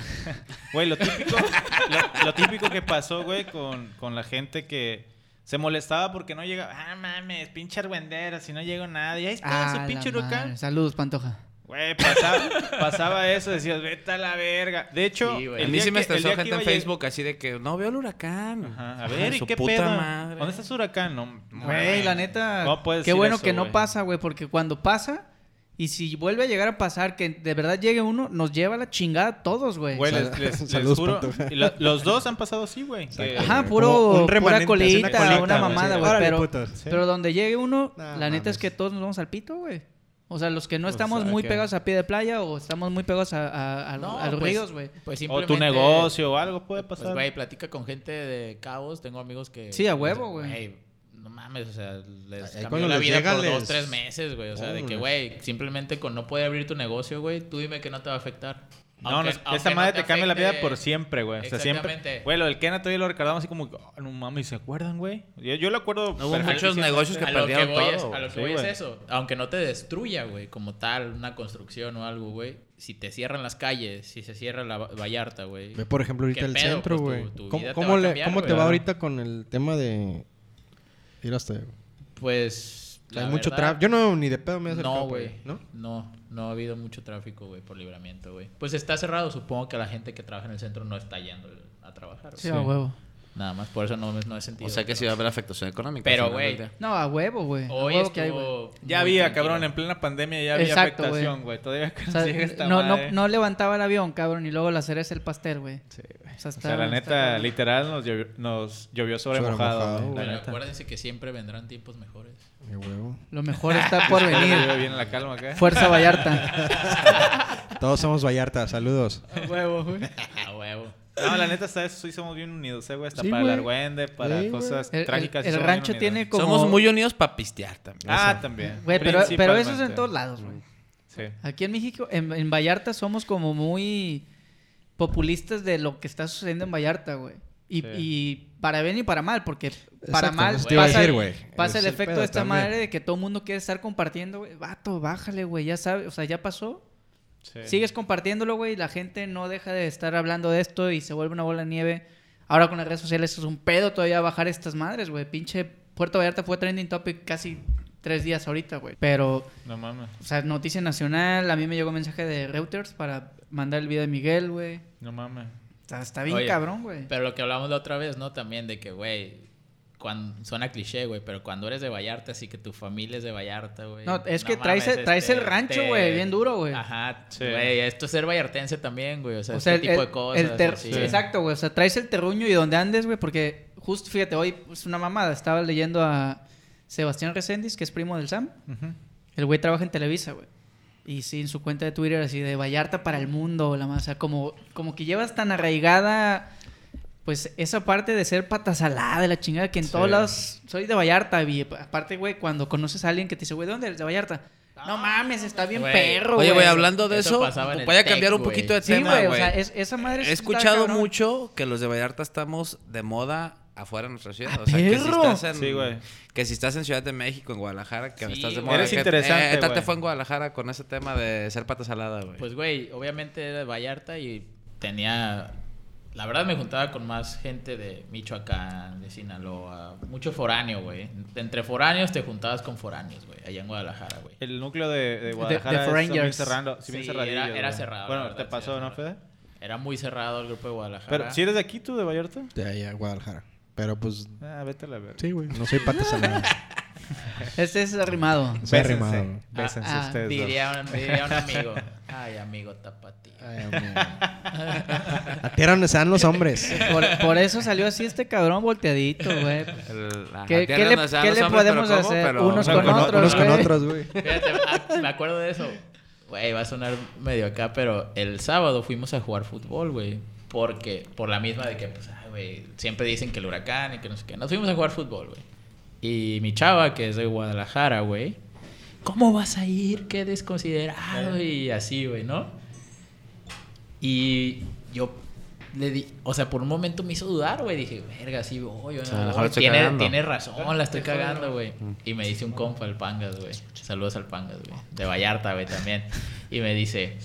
Güey, lo típico, lo, lo típico que pasó, güey, con, con la gente que se molestaba porque no llegaba. Ah, mames, pinche argüendera, si no llegó nadie. Ahí está Ah, la su pinche madre. huracán. Saludos, Pantoja. Güey, pasaba, pasaba eso, decías, vete a la verga. De hecho, Sí, güey. A El mí día sí me que- el estresó día que gente en iba a lleg- Facebook así de que no veo el huracán. Ajá, a Ay, ver, ¿y su qué puta pedo? madre. ¿Dónde está su huracán? No, Güey, la neta. No puedes qué decir bueno eso, que no güey. pasa, güey, porque cuando pasa y si vuelve a llegar a pasar, que de verdad llegue uno, nos lleva a la chingada a todos, güey. Güey, les, [laughs] Sal- les- les saludos, juro. Pantoja. y lo- los dos han pasado así, güey. que- Ajá, Como puro, un pura remanente, así colita, una una, colita, güey, mamada, sí. güey. Órale, Pero, putos, sí. pero donde llegue uno, No, la mames. neta es que todos nos vamos al pito, güey. O sea, los que no O estamos sea, muy que- pegados a pie de playa o estamos muy pegados a, a- a- No, a los pues- ríos, güey. o Pues simplemente tu negocio o algo puede Pues, pasar. güey, platica con gente de cabos. Tengo amigos que. Sí, a huevo, güey. No mames, o sea, les Ahí cambió cuando la les vida llega, por dos, les- tres meses, güey. O sea, de Órale. que, güey, simplemente con no poder abrir tu negocio, güey, tú dime que no te va a afectar. No, Aunque- no, aunque esa madre te cambia la vida afecte- por siempre, güey. O sea, siempre. Exactamente. Güey, lo del Kenneth todavía lo recordamos así como, "Ah, no mames, ¿se acuerdan, güey? Yo, yo lo acuerdo. Hubo perfecto, muchos sí, negocios que a lo que perdieron voy es, todo. a lo que Sí, voy es güey. eso. Aunque no te destruya, güey, como tal, una construcción o algo, güey. Si te cierran las calles, si se cierra la va- Vallarta, güey. Ve, por ejemplo, ahorita ¿Qué el pedo? centro, Pues, güey. tu- tu ¿Cómo, vida te cómo va a le- cambiar, cómo te güey. va ahorita con el tema de ir hasta allá? güey? Pues. O sea, hay la mucho verdad- tráfico. Yo no, ni de pedo me voy a acercar No, para pues, güey. allá, ¿no? ¿no? no, ha habido mucho tráfico, güey, por libramiento, güey. Pues está cerrado, supongo que la gente que trabaja en el centro no está yendo a trabajar. Sí, güey. a huevo. Nada más, por eso no, no he sentido. O sea que sí va a haber afectación económica. Pero, al final güey, del día. No, a huevo, güey. A Hoy huevo que hay, [laughs] güey. estuvo Ya muy había, tranquilo. cabrón, en plena pandemia ya había Exacto, afectación, güey. Todavía O sea, llega esta no, madre. no, no levantaba el avión, cabrón, y luego la cereza el pastel, güey. eh. Sí, güey. O O sea, está- sea, la está neta, cabrón. literal, nos llovió, nos llovió sobre, Sobre mojado. mojado, güey, güey. la Pero neta. acuérdense que siempre vendrán tiempos mejores. Qué huevo. Lo mejor está por Llueve venir. bien la calma acá. Fuerza Vallarta. Todos somos Vallarta, saludos. A huevo, güey. A huevo. No, la neta, ¿sabes? Sí somos bien unidos, eh, güey. Hasta Sí, para el güey. argüende, para Sí, güey. cosas El, el- trágicas. sí el somos bien rancho unidos. tiene como... Somos muy unidos para pistear también. Ah, también. Güey, pero, pero eso es en Principalmente. todos lados, güey. Sí. Aquí en México, en, en Vallarta somos como muy populistas de lo que está sucediendo en Vallarta, güey. Y, Sí. y para bien y para mal, porque para Exacto, mal eso te iba a pasa, decir, güey. pasa Es el el efecto pedo de esta también. madre de que todo el mundo quiere estar compartiendo, güey. Vato, bájale, güey, ya sabes, o sea, ya pasó. sí. Sigues compartiéndolo, güey, y la gente no deja de estar hablando de esto y se vuelve una bola de nieve. Ahora con las redes sociales es un pedo todavía bajar estas madres, güey. Pinche Puerto Vallarta fue trending topic casi tres días ahorita, güey. Pero No mames. o sea, noticia nacional. A mí me llegó mensaje de Reuters para mandar el video de Miguel, güey. No mames. O sea, está bien Oye, cabrón, güey. Pero lo que hablamos la otra vez, ¿no? También de que, güey, cuando, suena cliché, güey, pero cuando eres de Vallarta, así que tu familia es de Vallarta, güey. este, No, es que traes- traes el rancho, güey, bien duro, güey. Ajá, Sí. güey, esto es ser vallartense también, güey, o sea, o este sea, el, tipo el- de cosas. el ter- así. sí, Exacto, güey. O sea, traes el terruño y donde andes, güey, porque justo, fíjate, hoy es una mamada. Estaba leyendo a Sebastián Reséndiz, que es primo del Sam. Ujú. El güey trabaja en Televisa, güey. Y sí, en su cuenta de Twitter, así de Vallarta para el mundo, la más. O sea, como, como que llevas tan arraigada, pues, esa parte de ser patasalada de la chingada, que en Sí. todos lados soy de Vallarta. Y aparte, güey, cuando conoces a alguien que te dice, güey, ¿de dónde eres? De Vallarta. No mames, está bien Güey. perro, güey. Oye, güey, hablando de Eso eso, pasaba en el voy a cambiar Tec, un poquito güey. de Sí, tema, güey, güey. o sea, es- esa madre He sí está escuchado cabrón. mucho que los de Vallarta estamos de moda afuera de nuestra ciudad. ¡Ah, o sea, que si perro! estás en, Sí, güey. que si estás en Ciudad de México, en Guadalajara, que Sí, estás de güey. moda. Eres que- interesante, eh, tal te güey. fue en Guadalajara con ese tema de ser pata salada, güey. Pues, güey, obviamente era de Vallarta y tenía... La verdad me juntaba con más gente de Michoacán, de Sinaloa, mucho foráneo, güey. Entre foráneos te juntabas con foráneos, güey, allá en Guadalajara, güey. El núcleo de, de Guadalajara de es bien Rangers. cerrando. Sí, bien Sí, cerradillo, era- era güey. cerrado, la Bueno, verdad, te sí, pasó, era ¿no, Fede? cerrado. Era muy cerrado el grupo de Guadalajara. Pero si eres de aquí tú, de Vallarta. De allá, Guadalajara. Pero pues, Ah, vete a la verga. sí, güey. No soy pata [laughs] salada. Este es arrimado. Bésense. Soy arrimado. güey. Ah, Bésense ah, ustedes dos. Diría un, diría [laughs] un amigo. Ay, amigo tapatío. Ay, amigo. La tierra donde se dan los hombres. Por, por eso salió así este cabrón volteadito, güey. El- la ¿Qué- tierra qué le- donde se dan qué los le hombres, podemos pero ¿cómo? hacer? Pero- Unos Unos con o- otros, unos con güey. otros, güey. Fíjate, ah, me acuerdo de eso. Güey, va a sonar medio acá, pero el sábado fuimos a jugar fútbol, güey. Porque, por la misma de que, pues, ay, güey, siempre dicen que el huracán y que no sé qué. Nos fuimos a jugar fútbol, güey. Y mi chava, que es de Guadalajara, güey. ¿Cómo vas a ir? Qué desconsiderado. Y así, güey, ¿no? Y yo le di, o sea, por un momento me hizo dudar, güey. Dije, verga, sí, voy. sea, a lo no, mejor estoy tiene, cagando. Mm. tiene razón, la estoy cagando, güey. Y me dice un compa, el Pangas, güey. Saludos al Pangas, güey. De Vallarta, güey, también. Y me dice,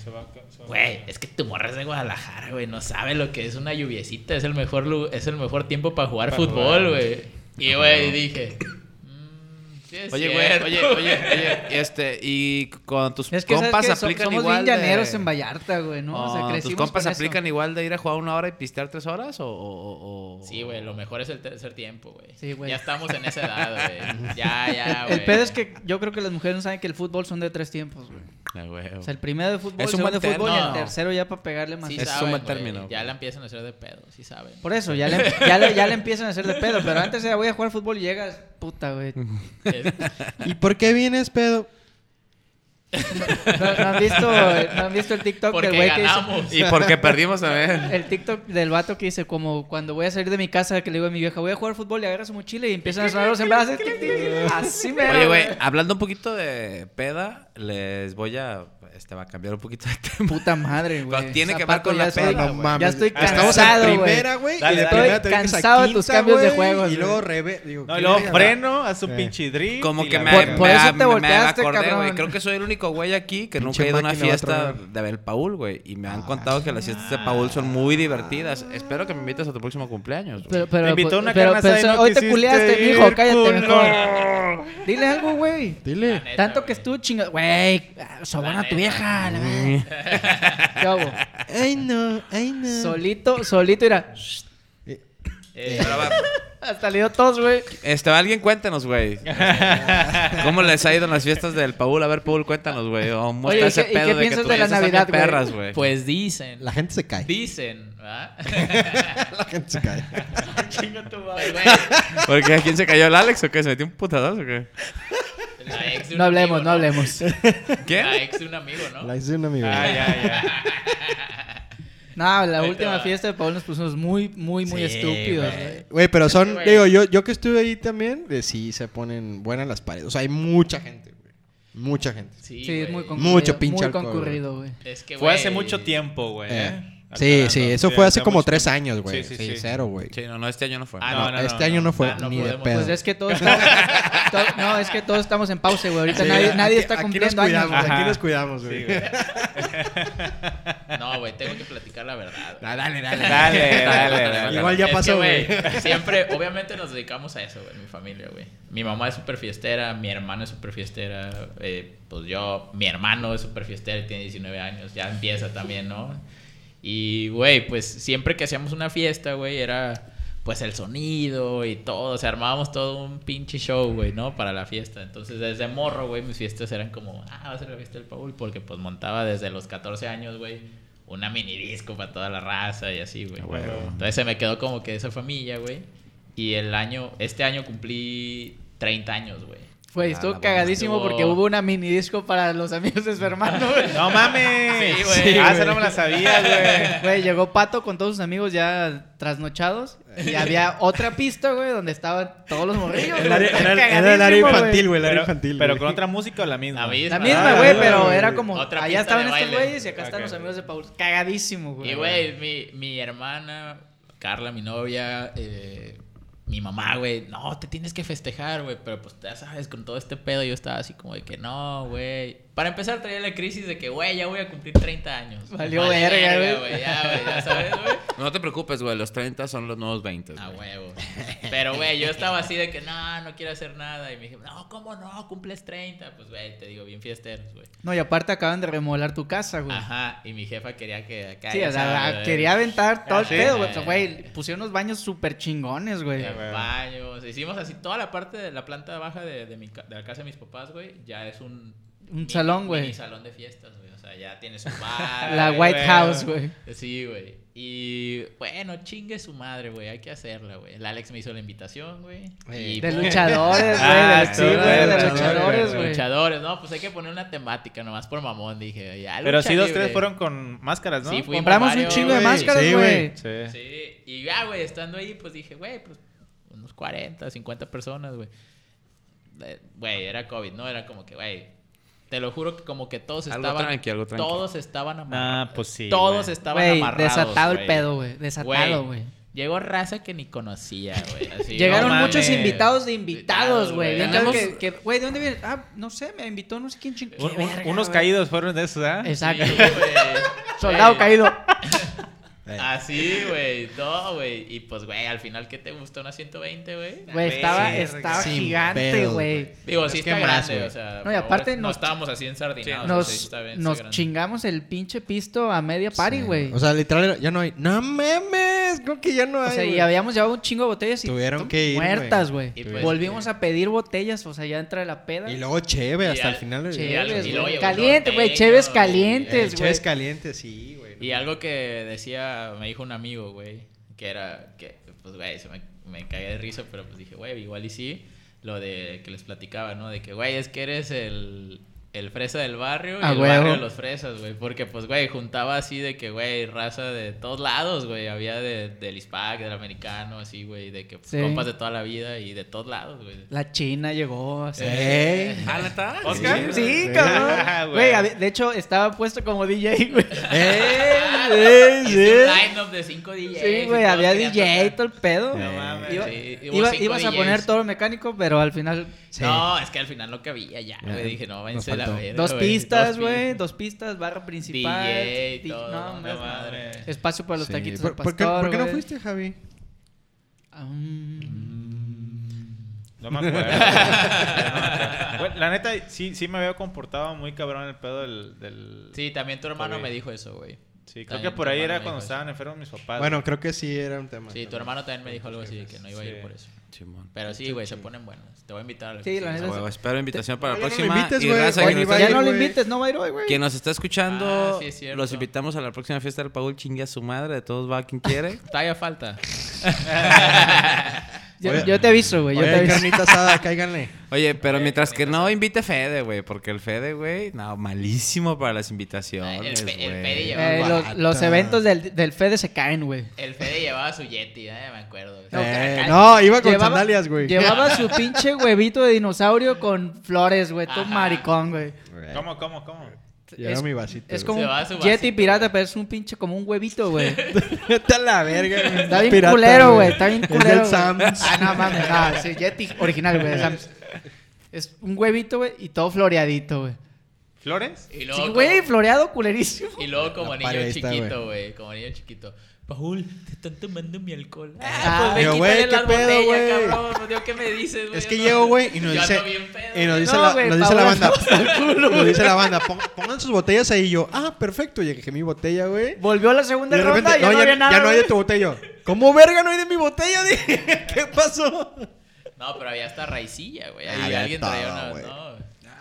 güey, es que tu morra es de Guadalajara, güey. No sabe lo que es una lluviecita. Es el mejor, lu- es el mejor tiempo para jugar fútbol, güey. Y, güey, dije... "Mm, sí es Oye, güey, cierto, oye, oye, oye, y este, y con tus Es que, ¿sabes compas qué? So- aplican somos igual. bien de- llaneros en Vallarta, güey, ¿no? o sea, Oh, ¿Tus crecimos compas con eso. aplican igual de ir a jugar una hora y pistear tres horas? ¿O, o- o- o- [laughs] Sí, güey, lo mejor es el tercer tiempo, güey. Sí, güey. Ya estamos en esa edad, güey. Ya, ya, güey. El pedo es que yo creo que las mujeres no saben que el fútbol son de tres tiempos, güey. Ah, güey. O sea, el primero de fútbol, Es el un segundo de buen fútbol y término. el tercero ya para pegarle más. Sí Es un saben, buen güey. término. Ya la empiezan a hacer de pedo, sí saben. Por eso, ya le, ya, le, ya le empiezan a hacer de pedo. Pero antes era, voy a jugar [laughs] fútbol y llegas, puta, güey. Es- ¿Y por qué vienes, pedo? ¿No, no han visto, no han visto el TikTok Porque del güey que dice- ganamos. Y porque perdimos también. El TikTok del vato que dice como cuando voy a salir de mi casa que le digo a mi vieja voy a jugar fútbol y agarra su mochila y empiezan a sonar los embarazos. Así me Oye, güey, hablando un poquito de peda, les voy a... Este va a cambiar un poquito de tema. Puta madre, güey. Pero tiene que ver con ya la es otra. peda, güey. Ya estoy Estamos en cansado, güey. primera, güey. Dale, y de dale. primera Estoy te vienes a cansado de tus quinta, cambios de güey, juegos, Y güey. luego reve... digo, No, y ¿qué luego verga? freno a su Eh. pinche drift. Como y que la me, verga. me, por eso te me volteaste, acordé, güey. cabrón. Creo que soy el único güey aquí Pinche que nunca ha ido a una máquina, va a fiesta tronar. de Abel Paul, güey. Y me han Ah, contado que las fiestas de Paul son muy divertidas. Espero que me invites a tu próximo cumpleaños, güey. Pero, pero, Te invitó a una pero, carne pero, asada y no hoy te quisiste culeaste, ir, mijo, cállate culo. mejor. Dile algo, güey. La Dile. neta, Tanto güey. que estuvo chingado. Güey, ah, sobona a tu vieja. La verdad. ¿Qué hago? Ay, no, ay, no. Solito, solito, mira. Eh, Pero va- Hasta le dio tos, güey. Este, alguien [laughs] cuéntanos, güey. ¿Cómo les ha ido en las fiestas del Paul? A ver, Paul, cuéntanos, güey. ¿Cómo Oye, está ¿y ese qué- y pedo qué de que piensas tus de la fiestas son bien Navidad, güey? perras, güey? pues dicen. La gente se cae. Dicen, [laughs] [laughs] ¿verdad? La gente se cae. Chinga tu madre, güey. Porque ¿a quién se cayó el Alex o qué? ¿Se metió un putadazo o qué? La ex de un No hablemos, amigo, no hablemos. La ¿Quién? ex de un amigo, ¿no? La hice una amiga. Ah, ya, ya. No, la Ahí te última va. fiesta de Paul nos pusimos muy, muy, muy Sí, estúpidos, güey. güey. Güey, pero son, Güey. digo, yo, yo que estuve ahí también, eh, sí se ponen buenas las paredes. O sea, hay mucha gente, güey. Mucha gente. Sí, Sí, es muy güey. concurrido. Mucho pinche Muy alcohol, concurrido, güey. Es que, Fue hace güey, mucho tiempo, güey. Eh, ¿eh? Sí, sí, eso Sí, fue hace hace como mucho tres tiempo. años, güey. Sí, Sí, sí, sí. cero, güey. Sí, no, no, este año no fue. Ah, No, no, no, este no, año no, no. fue Ah, no ni de podemos. pedo. Pues es que todos estamos, to- no, es que todos estamos en pausa, güey. Ahorita nadie, nadie está cumpliendo aquí nos años. cuidamos, güey. Sí, Aquí nos cuidamos, güey. güey. No, güey, tengo que platicar la verdad. güey. Ah, dale, Eh, Dale, [laughs] dale, dale. Igual ya Es que, pasó, güey. [laughs] Siempre, obviamente nos dedicamos a eso, güey, mi familia, güey. Mi mamá es súper fiestera, mi hermana es súper fiestera, eh, pues yo, mi hermano es súper fiestera, tiene 19 años, ya empieza también, ¿no? Y, güey, pues siempre que hacíamos una fiesta, güey, era pues el sonido y todo, o sea, armábamos todo un pinche show, güey, ¿no? Para la fiesta. Entonces, desde morro, güey, mis fiestas eran como, ah, va a ser la fiesta del Paul, porque pues montaba desde los 14 años, güey, una mini disco para toda la raza y así, güey. Ah, güey. Entonces se me quedó como que esa familia, güey. Y el año, este año cumplí 30 años, güey. Güey, Ah, la estuvo bomba. cagadísimo Estuvo- porque hubo una mini disco para los amigos de su hermano, güey. No mames. Sí, güey. Ah, esa no me la sabía, [laughs] güey. Güey, llegó Pato con todos sus amigos ya trasnochados y había otra pista, güey, donde estaban todos los morrillos. Era güey. era el área Cagadísimo, infantil, güey. El área Pero, infantil. pero güey. con otra música o la misma. La misma. La misma, Ah, güey, güey. pero era como Otra allá pista estaban de estos baile. güeyes y acá están Ok. los amigos de Paul. Cagadísimo, güey. Y, güey, mi, mi hermana, Carla, mi novia, eh, mi mamá, güey, no, te tienes que festejar, güey. Pero pues ya sabes, con todo este pedo yo estaba así como de que no, güey. Para empezar traía la crisis de que, güey, ya voy a cumplir 30 años. Valió verga, güey. Ya, güey, ya sabes, [laughs] güey. [laughs] No te preocupes, güey. Los 30 son los nuevos 20. A güey. huevo. Pero, güey, yo estaba así de que, no, no quiero hacer nada. Y me dije, no, ¿cómo no? Cumples 30. Pues, güey, te digo, bien fiesteros, güey. No, y aparte acaban de remodelar tu casa, güey. Ajá. Y mi jefa quería que acá. Sí, ya o sea, sabes, quería aventar todo el Sí. pedo, güey. O sea, güey, pusieron unos baños súper chingones, güey. eh, baños. Hicimos así toda la parte de la planta baja de, de mi ca- de la casa de mis papás, güey. Ya es un. Un mini- salón, güey. mini salón de fiestas, güey. O sea, ya tiene su bar. [laughs] La güey. White güey. House, güey. Sí, güey. Y bueno, chingue su madre, güey. Hay que hacerla, güey. El Alex me hizo la invitación, güey. Eh, Y, De pues, [laughs] luchadores, güey. Ah, de, sí, sí, güey, güey, de luchadores, luchadores, güey. güey. Luchadores, no, pues hay que poner una temática nomás por mamón, dije. ya, Pero lucha sí, los libre. tres fueron con máscaras, ¿no? Sí, fuimos Compramos un varios, chingo de güey. máscaras, Sí, güey. Sí. Sí, y ya, güey, estando ahí, pues dije, güey, pues unos 40, 50 personas, güey. Eh, Güey, era COVID, ¿no? Era como que, güey, te lo juro que como que todos Algo estaban... tranqui, algo tranqui. Todos estaban amarrados. Ah, pues sí. todos güey. estaban Güey, amarrados, desatado el güey. pedo, güey. Desatado, Güey, güey. Llegó raza que ni conocía, güey. [laughs] así, Llegaron no muchos mames. invitados de invitados, güey. Bien claro Tenemos- que- que, Güey, ¿de dónde viene? Ah, no sé, me invitó no sé quién chingón. Un- un- unos caídos fueron de esos, ¿ah? Sí, Exacto. güey. [laughs] Soldado Güey. caído. Así, güey. No, güey. Y pues, güey, al final, ¿qué te gustó una 120, güey? Güey, estaba, Sí, estaba sin gigante, pedos, güey. güey. Digo, sí Es que está más, grande, güey. o sea. No, y por aparte favor, no nos- estábamos así ensardinados. Nos, Ah, sí está bien, nos está grande. chingamos el pinche pisto a media party, güey. O sea, literal, ya no hay. ¡No memes! Creo que ya no hay. O sea, y güey. habíamos llevado un chingo de botellas y Tuvieron to- que ir, muertas, güey. Y pues- Volvimos a pedir botellas, o sea, ya entra la peda. Y luego cheve Y hasta al- el final. del- y al- Cheves, y luego güey. llegó Caliente, el güey. norteño, Cheves y- Eh, calientes, güey. Cheves calientes, sí, güey. Y algo que decía, me dijo un amigo, güey, que era, que, pues, güey, se me, me cagué de risa, pero pues dije, güey, igual y sí, lo de que les platicaba, ¿no? De que, güey, es que eres el, el fresa del barrio y A el huevo. barrio de los fresas, güey. Porque, pues, güey, juntaba así de que, güey, raza de todos lados, güey. Había de, del ISPAC, del americano, así, güey. De que pues, Sí. compas de toda la vida y de todos lados, güey. La China llegó. [laughs] así. Eh. ¡Ey! ¿Ah, neta? ¿Oscar? Sí, Sí. Ah, cabrón. güey. Güey, a ver, de hecho, estaba puesto como DJ, güey. [laughs] ¡Ey! ¡Ey! Hice un Eh, ¡Sí! line-up de cinco DJs. Sí, y güey, todos había querían DJ y tocar. todo el pedo. No mames. Iba- Sí, hubo iba- cinco ibas a DJs. poner todo lo mecánico, pero al final... No, es que al final lo que había ya, güey. Dije, no, váyanse a la faltó. verga, Dos güey. pistas, Dos güey, pi- dos pistas, barra principal. DJ y di- todo. no, No, mames. madre. Espacio para los Sí. taquitos ¿Por, del por qué, pastor, por qué no güey. fuiste, Javi? Ah, mm. No me acuerdo. güey. [laughs] No me acuerdo. Güey, la neta, sí, sí me había comportado muy cabrón el pedo del. del- Sí, también tu hermano Covid. me dijo eso, güey. Sí, creo También que por tu ahí hermano era me cuando dijo estaban enfermos mis papás. Bueno, creo que sí era un tema. Sí, tu hermano también me dijo algo así, de que no iba a Sí. ir por eso. Simón. Pero sí, güey, se ponen buenos. Te voy a invitar a la Sí, la Ah, oficina. neta. huevo, espero invitación para Oye, la no me próxima. invites, y güey. raza que Oye, nos vaya, Ya no lo güey. invites, no va a ir hoy, güey. Quien nos está escuchando, Ah, sí, es cierto. los invitamos a la próxima fiesta del Paul. Chingue a su madre, de todos va quien quiere. Talla falta. Yo, Oye. yo te aviso, güey, yo te Oye, hay aviso. carnita asada, [laughs] cáiganle. [laughs] Oye, pero Eh, mientras que no invite Fede, güey, porque el Fede, güey, no, malísimo para las invitaciones, El Fe- güey. el Fede lleva- Eh, los, Guata. los eventos del, del Fede se caen, güey. El Fede llevaba su Yeti, eh, me acuerdo. güey. No, Eh, no, iba con sandalias, güey. Llevaba [laughs] su pinche huevito de dinosaurio con flores, güey. Tú Ajá. maricón, güey. [laughs] ¿Cómo, cómo, cómo? Llevaba mi vasito, Es güey. como un Llevaba su Yeti vasito, pirata, güey. pero es un pinche como un huevito, [laughs] güey. Está la verga. güey. Está bien Pirata, culero, güey. Está bien Es culero. del güey. Sam's. Ah, no mames. Ah, sí, Yeti original, güey. de Sam's. Es un huevito, güey, y todo floreadito, güey. ¿Flores? Y luego, Sí, como- güey, floreado culerísimo. y luego como La niño pared ahí está, chiquito, güey. Como niño chiquito. Paul, te están tomando mi alcohol. Ah, ve, Digo, güey, quítale ¿qué las pedo, botellas, güey? cabrón. Pues, digo, ¿qué me dices, güey? Es que Yo llego, ando- güey, y nos yo dice. ando bien pedo, Y nos dice, No, la, güey, nos dice la Paola, banda. hasta el culo, nos dice la banda. "Pon- Pongan sus botellas ahí. Y yo, ah, perfecto. Y dejé mi botella, güey. Volvió a la Y segunda de repente, ronda y ya no, ya, había nada. ya no hay de güey. tu botella. Yo, ¿Cómo verga no hay de mi botella? [laughs] Dije, ¿qué pasó? No, pero había hasta raicilla, güey. Ah, Ahí había alguien todo, traía una. güey.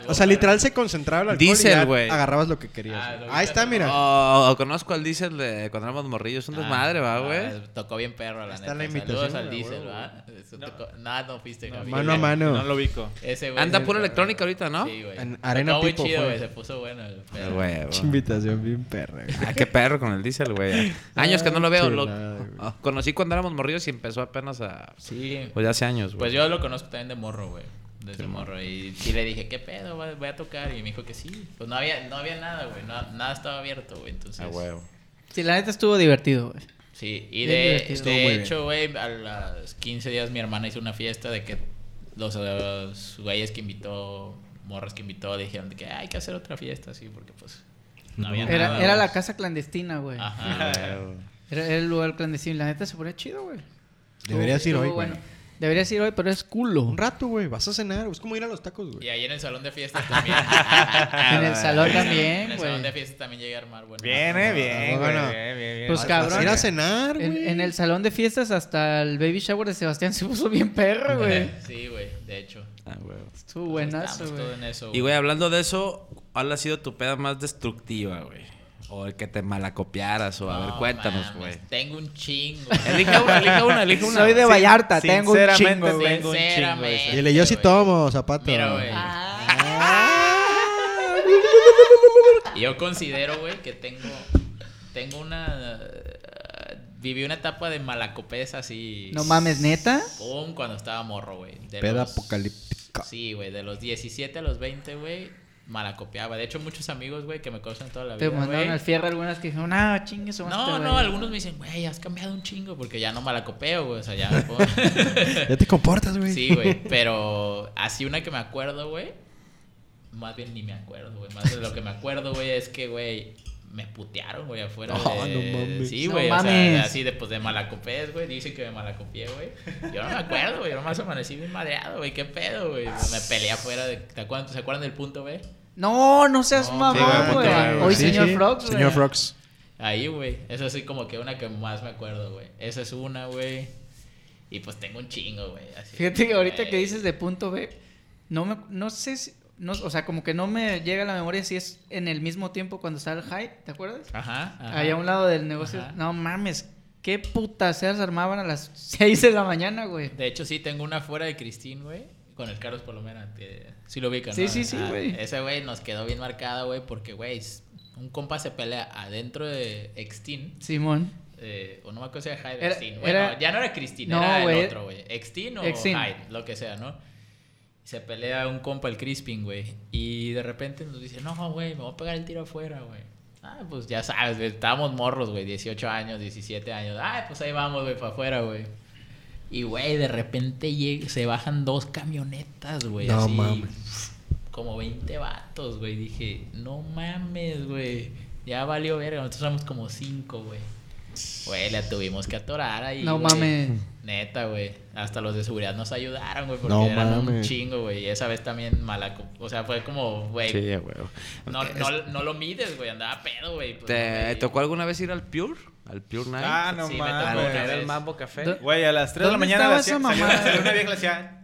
No, O sea, literal se concentraba el alcohol Diesel, y ya güey. agarrabas lo que Ah, querías. lo güey. que Ahí está, querías. mira. Oh, oh, conozco al Diesel de cuando éramos morrillos, un desmadre, va, Ah, güey. tocó bien perro, la Está neta. la invitación, Saludos al güey, Diesel, huevo, ¿va? Eso tocó- Nada, no fuiste, Gaby. Mano a mano. No lo ubico. Ese güey Anda sí pura está- electrónica ahorita, ¿no? Sí, güey. En Arena Tocó muy Pipo chido, fue. güey. Se puso bueno. el Ah, pedo. Huevo. Pinche Invitación bien perra. güey. Ah, qué perro con el Diesel, güey. Años que no lo veo. lo- Chulada, güey. oh, conocí cuando éramos morrillos y empezó apenas a... Sí. Pues ya hace años, Pues güey. yo lo conozco también de morro, güey. Desde morro. Y sí le dije, ¿qué pedo? güey? Voy a tocar. Y me dijo que sí. Pues no había, no había nada, güey. no- nada estaba abierto, güey. Entonces. Ah, huevo. Sí, la neta estuvo divertido, güey. Sí, y Bien de, divertido. de Estuvo muy hecho, güey, a los 15 días mi hermana hizo una fiesta de que los, los güeyes que invitó, morras que invitó, dijeron de que "Ah, hay que hacer otra fiesta, así, porque pues no había Era, nada. era güey. la casa clandestina, güey. Ajá, Ah, güey. Era, era el lugar clandestino. La neta se ponía chido, güey. Deberías ir Estuvo hoy, güey. bueno. Deberías ir hoy, pero es culo. Un rato, güey. Vas a cenar. Es como ir a los tacos, Y güey. ahí en el salón de fiestas también. En el salón En también, el salón de güey. fiestas también llegué a armar, bueno. Bien, Ah, eh, bien, güey, Bueno. bien, bien, bien. Pues, Ah, Vas a ir a cabrón. cenar, En, güey. en el salón de fiestas hasta el baby shower de Sebastián se puso bien perro, güey. Sí, güey, de hecho. Ah, huevo. Estuvo buenazo, Estábamos güey. todo Eh. en eso, Y, güey, hablando de eso, ¿cuál ha sido tu peda más destructiva, güey? O el que te malacopiaras, o a ver, No, cuéntanos, mames, güey. Tengo un chingo. Elija una, elija una, elija una. Soy de Vallarta, tengo un sinceramente, chingo, güey. tengo un chingo, güey. Sinceramente, Dile, yo sí güey. tomo zapato. Mira, güey. Ah. Y Yo considero, güey, que tengo. Tengo una. eh, viví una etapa de malacopés así. No mames, ¿neta? Pum, cuando estaba morro, güey. De Peda los- apocalíptica. Sí, güey, de los 17 a los 20, güey, malacopeaba. De hecho, muchos amigos, güey, que me conocen toda la Te vida. mandaron güey, al fierro algunas que dijeron, no, chingue su No, madre, este no, güey". algunos me dicen, güey, has cambiado un chingo porque ya no malacopeo, güey. O [laughs] sea, ya. me puedo- Ya te comportas, güey. Sí, güey. Pero así una que me acuerdo, güey. Más bien ni me acuerdo, güey. Más de lo que me acuerdo, güey, es que, güey, me putearon, güey, afuera. Ah, de- no mames. Sí, No güey. o mames. sea, así de, pues, de malacopés, güey. Dicen que me malacopié, güey. Yo no me acuerdo, güey. Yo nomás amanecí bien madreado, güey. ¿Qué pedo, güey? Me peleé afuera. De... ¿Te acuerdan, ¿Se acuerdan del punto, güey? No, no seas No, sí, güey, mamón, punto, Ah, güey. güey, güey. Hoy Sí, señor sí. Frogs, güey. Señor Frogs. Ahí, güey. Esa es así como que una que más me acuerdo, güey. Esa es una, güey. Y pues tengo un chingo, güey. así, Fíjate que ahorita que güey. dices de punto B, no me, no sé si, no, o sea, como que no me llega a la memoria si es en el mismo tiempo cuando estaba el hype, ¿te acuerdas? Ajá. ajá. Allá a un lado del negocio. Ajá. No mames, qué putas se armaban a las 6 de la mañana, güey. De hecho, sí, tengo una fuera de Cristín, güey. Con el Carlos Palomera, que sí lo ubican, Sí, ¿no? sí, sí, Ah, güey. Ese güey nos quedó bien marcada, güey, porque, güey, s- un compa se pelea adentro de Extin. Simón. eh, o no me acuerdo si era Hyde o Era- Extin. Bueno, era- ya no era Christine, No, era güey. el otro, güey. Extin o Extin. Hyde, lo que sea, ¿no? Se pelea un compa, el Crispin, güey. Y de repente nos dice, no, güey, me voy a pegar el tiro afuera, güey. Ah, pues ya sabes, güey, estábamos morros, güey, 18 años, 17 años. Ah, pues ahí vamos, güey, para afuera, güey. Y, güey, de repente lleg- se bajan dos camionetas, güey. No así, mames. Como 20 vatos, güey. Dije, no mames, güey. Ya valió verga. Nosotros somos como 5, güey. Güey, la tuvimos que atorar ahí. No güey. mames. [laughs] Neta, güey. Hasta los de seguridad nos ayudaron, güey. Porque No eran un mames. chingo, güey. Y esa vez también mala. co- O sea, fue como, güey. Sí, güey. no, no, no lo mides, güey. Andaba pedo, güey. pues, no ¿Te me- tocó alguna vez ir al Pure? ¿Al Pure Night? Ah, no Sí, me Ah, mames. tocó no, una era vez. el Mambo Café. Do- Güey, a las 3 de la ¿Dónde mañana la hacía- estaba esa salió, mamada? salió una vieja y le hacía...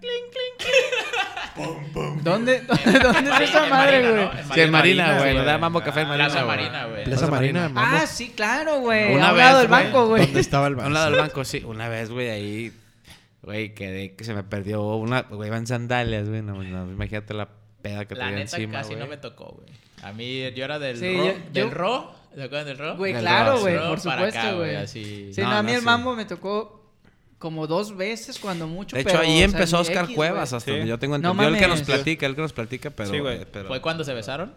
¿Dónde, [laughs] dónde, dónde es esa en madre, Marina, güey? ¿no? En Sí, en Marina, güey. güey. Nos da Mambo Café en Ah, Marina, Plaza güey. Marina, güey. Plaza Marina, Ah, sí, claro, güey. Una Al vez, lado del güey. banco, güey. ¿Dónde estaba el A banco? un lado del banco, sí. Una vez, güey, ahí, güey, quedé que se me perdió una, güey, iban sandalias, güey, no, no, imagínate la peda que La tenía neta encima, casi güey. no me tocó, güey. A mí, yo era del Sí, ro, yo- del yo- ro, ¿se acuerdan del ro? Güey, Del claro, Ross, güey, ¿no? por Para acá, supuesto, güey, güey. así. Sí, No, no, a mí no, el sí. mambo me tocó como dos veces cuando mucho. De hecho, pero, ahí o sea, empezó ni Oscar X, Cuevas, güey. hasta Sí. donde yo tengo No entendido. el que nos mames. platica, el que nos platica, pero... Sí, güey. eh, pero- ¿Fue cuando se besaron?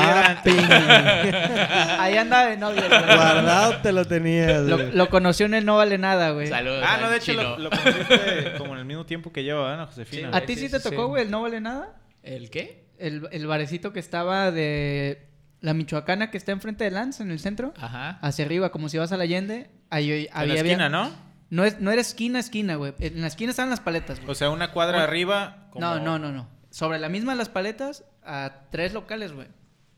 Papi, Ahí andaba de novio, güey. guardado te lo tenías. Lo, güey. lo conoció en el No Vale Nada, güey. Saludos. Ah, al no, de hecho chino. lo, lo conociste como en el mismo tiempo que yo, ¿verdad, Ana Josefina? Sí. ¿A ti sí te sí, tocó, sí. güey, el No Vale Nada? ¿El qué? El, el barecito que estaba de la Michoacana que está enfrente de Lance, en el centro. Ajá. Hacia arriba, como si vas a la Allende. Ahí hoy- en la Ah, había, esquina, había- ¿no? No, es, no era esquina, esquina, güey. En la esquina estaban las paletas, güey. O sea, una cuadra Un- arriba. como- No, no, no, no. Sobre la misma las paletas a tres locales, güey.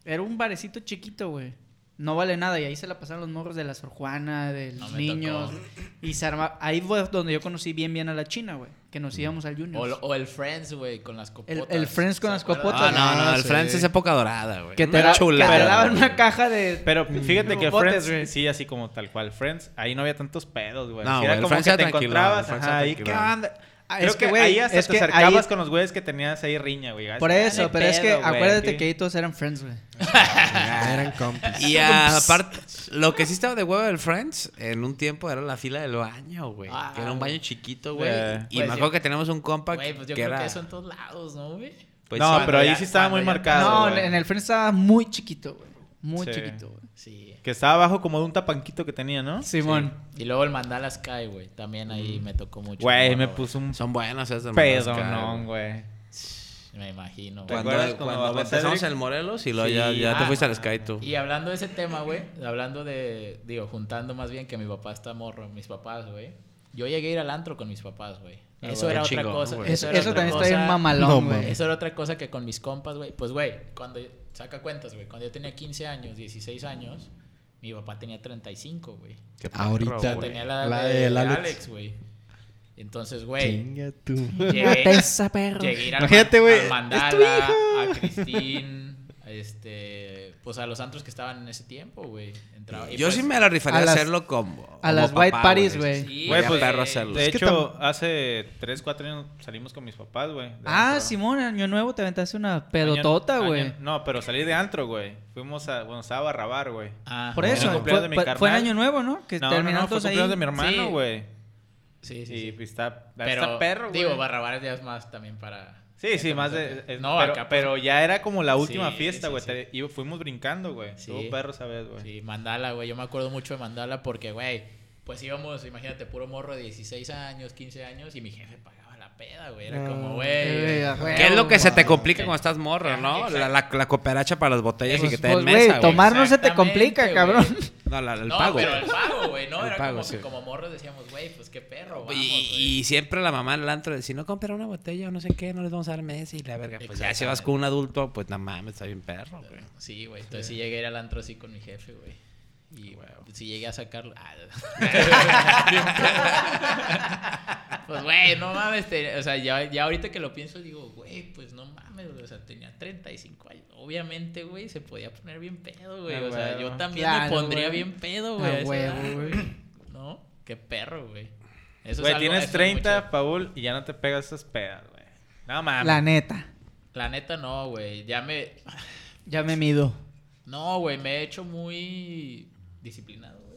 Era un barecito chiquito, güey. No vale nada. Y ahí se la pasaron los morros de la Sor Juana, de No los me niños. tocó. Y se arma... Ahí fue donde yo conocí bien bien a la China, güey. Que Mm. nos íbamos al O, Junior. lo- o el Friends, güey, con las copotas. el Friends con ¿Se las acuerdan? copotas. Ah, no, no, Ah, el sí. Friends es época dorada, güey. Que te, Una da- que te chulada, daban güey. una caja de... Pero fíjate que Botes, Friends, güey. sí, así como tal cual. Friends, ahí no había tantos pedos, güey. No, Sí, güey, era el como Friends que era te tranquilón, encontrabas, el Friends ajá, era ahí, ¿qué tranquilón. onda? Ah, Creo es que, que, güey, ahí hasta es te que ahí- acercabas con los güeyes que tenías ahí riña, güey. Por eso, pero es que acuérdate que ahí ahí todos eran friends, güey. Eran compis. [laughs] Y ah, aparte, lo que sí estaba de huevo del Friends en un tiempo era la fila del baño, güey. Ah, que era un baño güey. chiquito, güey. Eh. y Pues me yo- acuerdo que teníamos un compa Güey, pues yo que creo era... que eso en todos lados, ¿no, güey? pues no, sí, pero ahí ya- sí estaba cuando muy ya- marcado. No, güey. en el Friends estaba muy chiquito, güey. Muy Sí. chiquito, güey. Sí. Que estaba abajo como de un tapanquito que tenía, ¿no? Simón. Y luego el Mandala Sky, güey. También ahí me tocó mucho. Mm. Güey, morro, me puso un Son buenos esas de pedo, Madagascar, no, güey. Me imagino, ¿Te güey. Cuando, acuerdas cuando cuando empezamos Cedric? el Morelos y luego Sí. ya, ya te Ah, fuiste al no, Sky tú. Y hablando de ese tema, güey, hablando de, digo, juntando más bien que mi papá está morro, mis papás, güey. Yo llegué a ir al antro con mis papás, güey. Ah, Eso güey, era otra chingón, cosa. güey. Eso, pues, era eso otra también está cosa. bien No, mamalón, güey. mames. Eso era otra cosa que con mis compas, güey. Pues, güey, cuando. Saca cuentas, güey. Cuando yo tenía 15 años, 16 años, mi papá tenía 35, güey. Qué perro, Ahorita, O sea, güey. tenía la, edad La de, del de Alex. Alex, güey. Entonces, güey. Chinga tú. Mate Llegué, esa perro. llegué a ir al, Imagínate, Ma- güey, al es tu Mandala, a Cristín, a este. Pues a los antros que estaban en ese tiempo, güey. Entraba- y Yo pues- sí me la rifaría A a las- hacerlo como. a como las White papá, Parties, güey. Sí, Güey, Güey, pues pues, perro hacerlo. De que hecho, hace 3, 4 años salimos con mis papás, güey. de Ah, antro. Simón, año nuevo te aventaste una Año- pedotota, año- güey. No, pero salí de antro, güey. Fuimos a, bueno, estaba a Barrabar, güey. Ah, Por Ajá. eso, Era el fue, cumpleaños de mi fue- fue en carnal. año nuevo, ¿no? Que No, no, terminaron no, fue todos ahí. cumpleaños de mi hermano, Sí. güey. Sí, sí, Y sí. pues, está, Pero, está perro, güey. digo, Barrabares ya es más también para... Sí, sí, más de... es- No, pero, acá, pues, pero ya era como la última Sí, fiesta, sí, güey. sí. te- Y fuimos brincando, güey. Sí. Estuvo perro esa vez, güey. Sí, Mandala, güey. Yo me acuerdo mucho de Mandala porque, güey, pues íbamos, imagínate, puro morro de 16 años, 15 años y mi jefe pagaba la peda, güey. Era No, como, güey, a güey... huevo. ¿Qué es lo que se te Wow. complica cuando estás morro, no? Exacto. La, la, la cooperacha para las botellas Pues- y que te den pues, güey, mesa, güey. tomar no se te complica, Exactamente, cabrón. güey. No, la- el no, pago. pero el pago, güey, ¿no? El Era pago, como sí. que como morros decíamos, güey, pues qué perro, vamos, Y, güey. y siempre la mamá en el antro decía, no compra una botella o no sé qué, no les vamos a dar mesa y la verga. Pues ya si vas Exactamente. con un adulto, pues no mames, está bien perro, güey. Sí, güey. Entonces sí llegué a ir al antro así con mi jefe, güey. Y sí llegué a sacarlo. Ah, [laughs] pues, güey, no mames. te- o sea, ya, ya ahorita que lo pienso, digo, güey, pues no mames, güey. O sea, tenía 35 años. Obviamente, güey, se podía poner bien pedo, güey. Ah, O sea, huevo. yo también Claro, me pondría güey. bien pedo, Ah, güey. a esa huevo, edad, güey. ¿No? Qué perro, güey. Eso es Güey, algo- tienes eso es 30, mucho. Paul, y ya no te pegas esas pedas, güey. No mames. La neta. La neta no, güey. Ya me... Ya me mido. No, güey, me he hecho muy disciplinado, güey.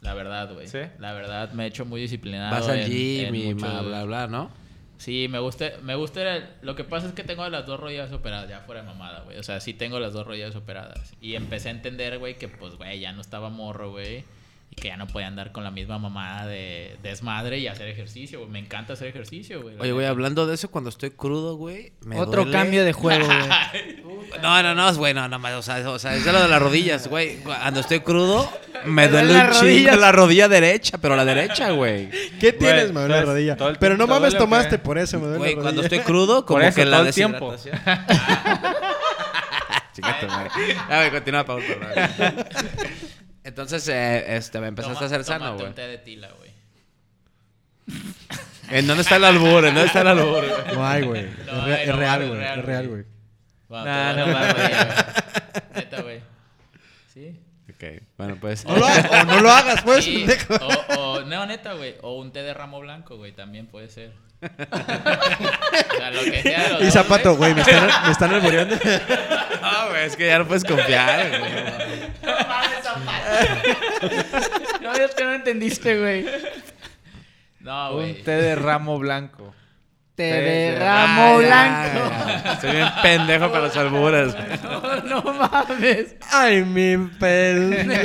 La verdad, güey. ¿Sí? La verdad, me he hecho muy disciplinado. Vas al en- gym en y muchos- bla, bla, bla, ¿no? Sí, me gusta, me gusta, el- lo que pasa es que tengo las dos rodillas operadas, ya fuera de mamada, güey, o sea, sí tengo las dos rodillas operadas, y empecé a entender, güey, que pues, güey, ya no estaba morro, güey, y que ya no podía andar con la misma mamada de desmadre y hacer ejercicio, güey, me encanta hacer ejercicio, güey. la Oye, güey, neta. hablando de eso, cuando estoy crudo, güey, me Otro duele- cambio de juego, [laughs] güey. No, no, no, güey, no, no, más, o sea, o sea, es de lo de las rodillas, güey. Cuando estoy crudo, me duelen duele un las chingo rodillas. la rodilla derecha, pero la derecha, güey. ¿Qué tienes, Güey, me duele la todo- rodilla? todo el Pero no tiempo te mames, duele, ¿o qué? tomaste por eso, me duele Güey, la cuando rodilla. estoy crudo, como Por eso, que la todo el tiempo. deshidratación. Chica tu madre. [laughs] Ya, güey, continúa, Paul, por favor. Entonces, eh, este, me empezaste Toma- a hacer sano, tómate güey. un té de tila, güey. ¿En dónde está el albur? ¿En dónde está [laughs] el albur? güey? No hay, güey. Es No re- hay, es no real, mames, güey. real, Es real, güey. güey. Wow, No, te no duele la mames. rodilla, güey. Neta, güey. Sí. Ok, bueno, pues. No lo hagas, o no lo hagas, pues, Sí, pendejo. o, o, no, neta, güey. O un té de ramo blanco, güey, también [laughs] puede ser. o sea, lo que sea. de los Y dos, zapato, güey, me están, me están alboreando. [laughs] No, güey, es que ya no puedes confiar, güey. No, es que no entendiste, güey. No, [laughs] Un güey. té de ramo blanco. Te de de ramo Ay, blanco. ay, ay. Soy bien pendejo para los albures. No, no mames. Ay, mi pendejo.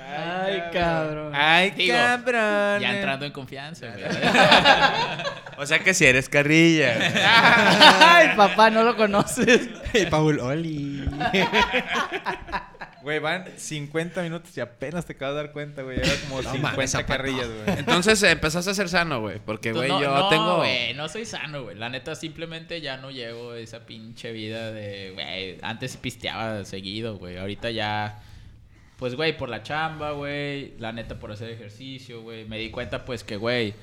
Ay, cabrón. Ay, Digo, cabrón. Ya entrando en confianza, güey. O sea que si eres carrilla. güey. Ay, papá, no lo conoces. Y Paul, oli. Güey, van 50 minutos y apenas te acabas de dar cuenta, güey. Era como No 50 mames, zapato. carrillas, güey. Entonces eh, empezaste a ser sano, güey. Porque, Tú güey, no, yo no, tengo. güey, no soy sano, güey. La neta, simplemente ya no llevo esa pinche vida de, güey. Antes pisteaba seguido, güey. Ahorita ya. Pues, güey, por la chamba, güey. La neta, por hacer ejercicio, güey. Me di cuenta, pues, que, güey,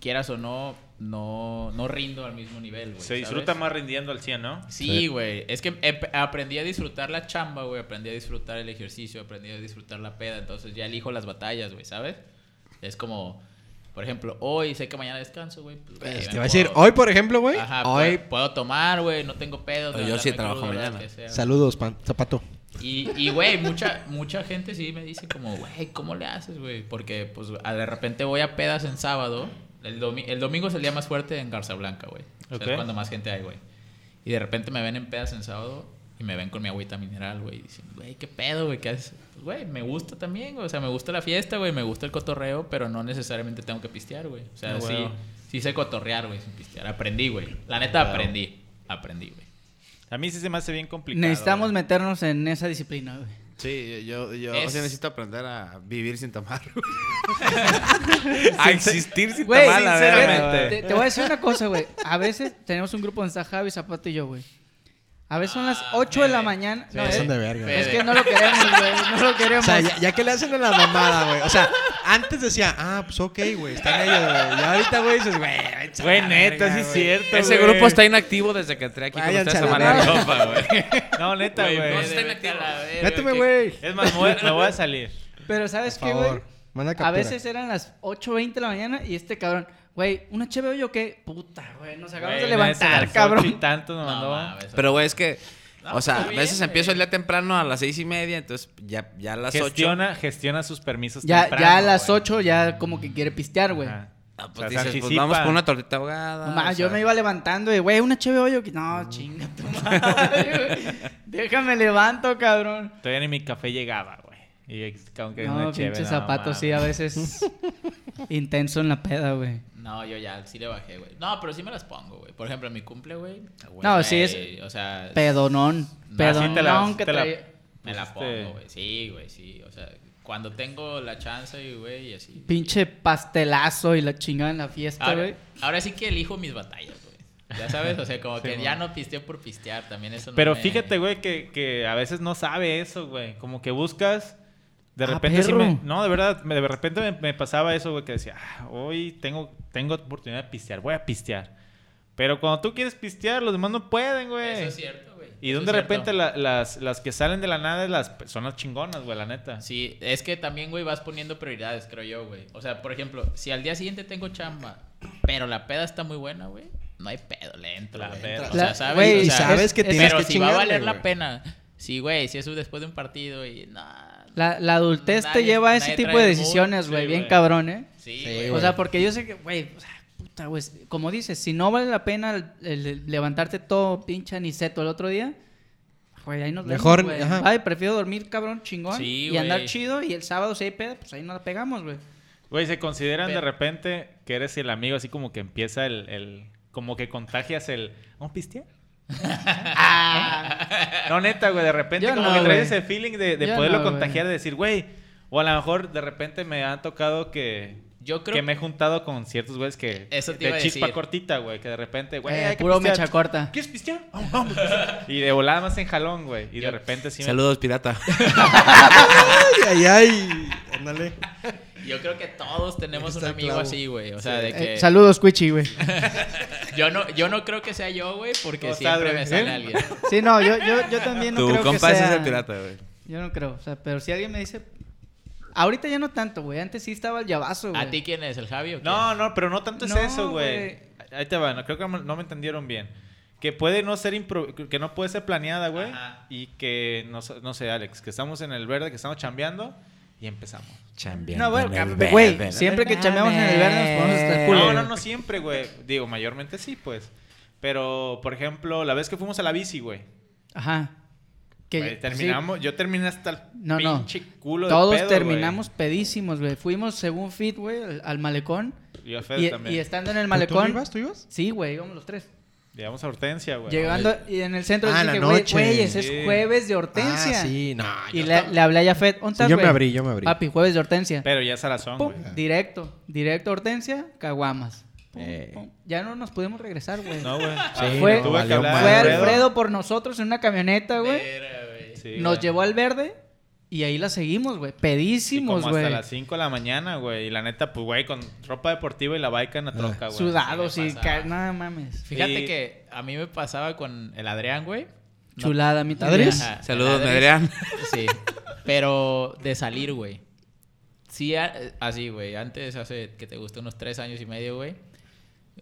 quieras o no, no, no rindo al mismo nivel, güey. Se disfruta ¿sabes? más rindiendo al 100, ¿no? Sí, güey. Es que em- aprendí a disfrutar la chamba, güey. Aprendí a disfrutar el ejercicio. Aprendí a disfrutar la peda. Entonces ya elijo las batallas, güey, ¿sabes? Es como, por ejemplo, hoy sé que mañana descanso, güey. pues, güey, Te me va a decir, puedo- hoy, por ejemplo, güey. Ajá, Hoy. puedo, puedo tomar, güey. No tengo pedos. Pero de yo sí andarme trabajo crudo, mañana. lo que sea. Saludos, pan- zapato. Y, y, güey, mucha, mucha gente sí me dice como, güey, ¿cómo le haces, güey? Porque, pues, a- de repente voy a pedas en sábado. El, domi- el domingo es el día más fuerte en Garza Blanca, güey. O sea, Ok. es cuando más gente hay, güey. Y de repente me ven en pedas en sábado y me ven con mi agüita mineral, güey. Y dicen, güey, ¿qué pedo, güey? ¿Qué haces? Pues, güey, me gusta también, güey. O sea, me gusta la fiesta, güey. Me gusta el cotorreo, pero no necesariamente tengo que pistear, güey. O sea, Ah, sí, huevo. sí sé cotorrear, güey, sin pistear. Aprendí, güey. La neta, aprendí. Aprendí, güey. A mí sí se me hace bien complicado. Necesitamos güey. meternos en esa disciplina, güey. Sí, yo, yo Es- sí necesito aprender a vivir sin tomar. güey. [laughs] a existir sin Güey, tomar, la sinceramente. verga. te, te voy a decir una cosa, güey. A veces tenemos un grupo en Javi, Zapato y yo, güey. A veces son las Ah, 8 de la Fede. mañana. No, Son eh, de verga. Fede. es que no lo queremos, güey. No lo O queremos. sea, ya, ya que le hacen a la mamada, güey. O sea, antes decía, ah, pues ok, güey, están ellos, güey. Y ahorita, güey, dices, güey, váyanse a Güey, la neta, verga, sí es güey. cierto. Ese güey. grupo está inactivo desde que entré aquí con Váyanse ustedes a a la Manuel verga. Copa, güey. No, neta, Güey, güey. vete, vete a la verga, Méteme, que- güey. Es más, me voy- me voy a salir. Pero ¿sabes Por qué, güey? favor, manda A captura. veces eran las 8.20 de la mañana y este cabrón, güey, ¿una cheve hoy o qué? Puta, güey, nos acabamos Güey, de una vez a levantar, las ocho Y cabrón. tanto nos mandó. mames, Pero, güey, es que. No, o sea, está a bien, veces güey. empiezo el día temprano a las seis y media, entonces ya, ya a las ocho. gestiona, gestiona sus permisos [laughs] Ya, temprano, ya a las güey. 8 ya como que quiere pistear, güey. Ajá. Ah, O sea, pues se dices, pues anticipa. vamos por una tortita ahogada. No mames, o yo sea. me iba levantando y, güey, una cheve hoy o qué. No, chinga tu madre, güey. Déjame levanto, cabrón. Todavía ni mi café llegaba, güey. Y ex- aunque No, una pinche cheve, no, zapato, sí, a mames. veces intenso en la peda, güey. No, yo ya sí le bajé, güey. No, pero sí me las pongo, güey. Por ejemplo, en mi cumple, güey. Ah, No, güey, sí es- O sea, Pedonón, sí te la- pedonón que te la- traía. me la Este- pongo, güey. Sí, güey, sí. O sea, cuando tengo la chance, y, güey, y así. Pinche pastelazo y la chingada en la fiesta, Ahora, güey. ahora sí que elijo mis batallas, güey. Ya sabes, o sea, como que ya no pisteo por pistear, también eso no Pero me- fíjate, güey, que, que a veces no sabe eso, güey. Como que buscas. De Ah, repente sí perro. me- No, de verdad, me- de repente me, me pasaba eso, güey, que decía, "Ah, hoy tengo, tengo oportunidad de pistear, voy a pistear. Pero cuando tú quieres pistear, los demás no pueden, güey. Eso es cierto, güey. Y Eso donde de es cierto. repente la- las, las que salen de la nada las, pe- son las chingonas, güey, la neta. Sí, es que también, güey, vas poniendo prioridades, creo yo, güey. O sea, por ejemplo, si al día siguiente tengo chamba, pero la peda está muy buena, güey, no hay pedo, le entro, La güey. peda. O La- sea, sabes, güey, O y sea, sabes que tienes pero que si va a chingarle, valer güey. la pena. Sí, güey, si es después de un partido y nada. La, la adultez te Nadie- lleva a nadie ese trae tipo de el mood. decisiones, güey, Sí, bien güey. cabrón, ¿eh? Sí, Sí, güey. o sea, porque yo sé que, güey, o sea, puta, güey, como dices, si no vale la pena el- el- el levantarte todo pincha ni seto el otro día, güey, ahí nos vemos, Mejor, güey. ajá. Ay, prefiero dormir cabrón chingón Sí, y güey. andar chido y el sábado si hay pedo, pues ahí nos la pegamos, güey. Güey, se consideran de Pero- repente que eres el amigo, así como que empieza el. el- como que contagias el. ¿Vamos a pistear? Ah, no, neta, güey, de repente Yo como no, que traes güey. ese feeling de, de Yo poderlo no, güey. contagiar, de decir, güey. O a lo mejor de repente me ha tocado que. Yo creo que me he juntado con ciertos güeyes que. Eso te de iba a chispa decir. cortita, güey, que de repente, güey, Eh, hay que puro pistear. mecha corta. ¿Quieres pistear? Vamos, vamos. [laughs] y de volada más en jalón, güey. Y de Yo- repente sí me- Saludos, [laughs] pirata. Ay, ay, ay. Ándale. Yo creo que todos tenemos un Está el amigo clavo. así, güey. O sea, de que. Eh, saludos, Cuichi, güey. yo no, yo no creo que sea yo, güey, porque ¿Cómo siempre estás, me güey? sale ¿Eh? alguien. [laughs] Sí, no, yo, yo, yo también no tu creo compa que ese sea... es el pirata, güey. Yo no creo, o sea, pero si alguien me dice... Ahorita ya no tanto, güey, antes sí estaba el llavazo, güey. ¿A ti quién es? ¿El Javi o quién? No, no, pero no tanto es No, eso, güey. güey. Ahí te va, no, creo que no me entendieron bien. Que puede no ser impro- que no puede ser planeada, güey. Ajá. Y que, no, sé- no sé, Alex, que estamos en el verde, que estamos chambeando y empezamos. Chambeando No, güey, en el güey, verde. siempre que chameamos en el verde nos ponemos hasta el culo. No, güey. no, no siempre, güey. Digo, mayormente sí, pues. Pero, por ejemplo, la vez que fuimos a la bici, güey. Ajá. Que güey, sí, terminamos, yo terminé hasta el No, no. pinche culo de todos pedo, güey. terminamos pedísimos, güey. Fuimos según Fit, güey, al, al malecón. Y a Fer Y, también. y estando en el ¿Tú malecón. ibas? ¿Tú ibas? Sí, güey, íbamos los tres. Llegamos a Hortensia, güey. Llegando y en el centro dije, Ah, en la güey, noche. güey, ese Sí. es jueves de Hortensia. Ah, sí, no. yo Y le, le hablé a Jafet, ¿dónde Sí, estás, yo me güey?" abrí, yo me abrí. Papi, jueves de Hortensia. Pero ya es a la son, Pum, güey. directo, directo a Hortensia, Caguamas. Pum, Eh. pum. Ya no nos pudimos regresar, güey. No, güey. Fue- tuve que valió hablar. Fue madre. Alfredo por nosotros en una camioneta, güey. Era, güey. Sí, Nos güey. llevó al verde y ahí la seguimos, güey. Y como Pedísimos, hasta güey. las 5 de la mañana, güey. Y la neta, pues, güey, con ropa deportiva y la baica en la troca, güey. Sudados Sí, me y pasaba. ca- nada mames. Fíjate Sí. que a mí me pasaba con el Adrián, güey. No- Chulada, mi ¿Adrián? Adrián. Ajá, Saludos, el Adrián. Sí. Pero de salir, güey. Sí, a- así, güey. Antes, hace que te gusta unos tres años y medio, güey.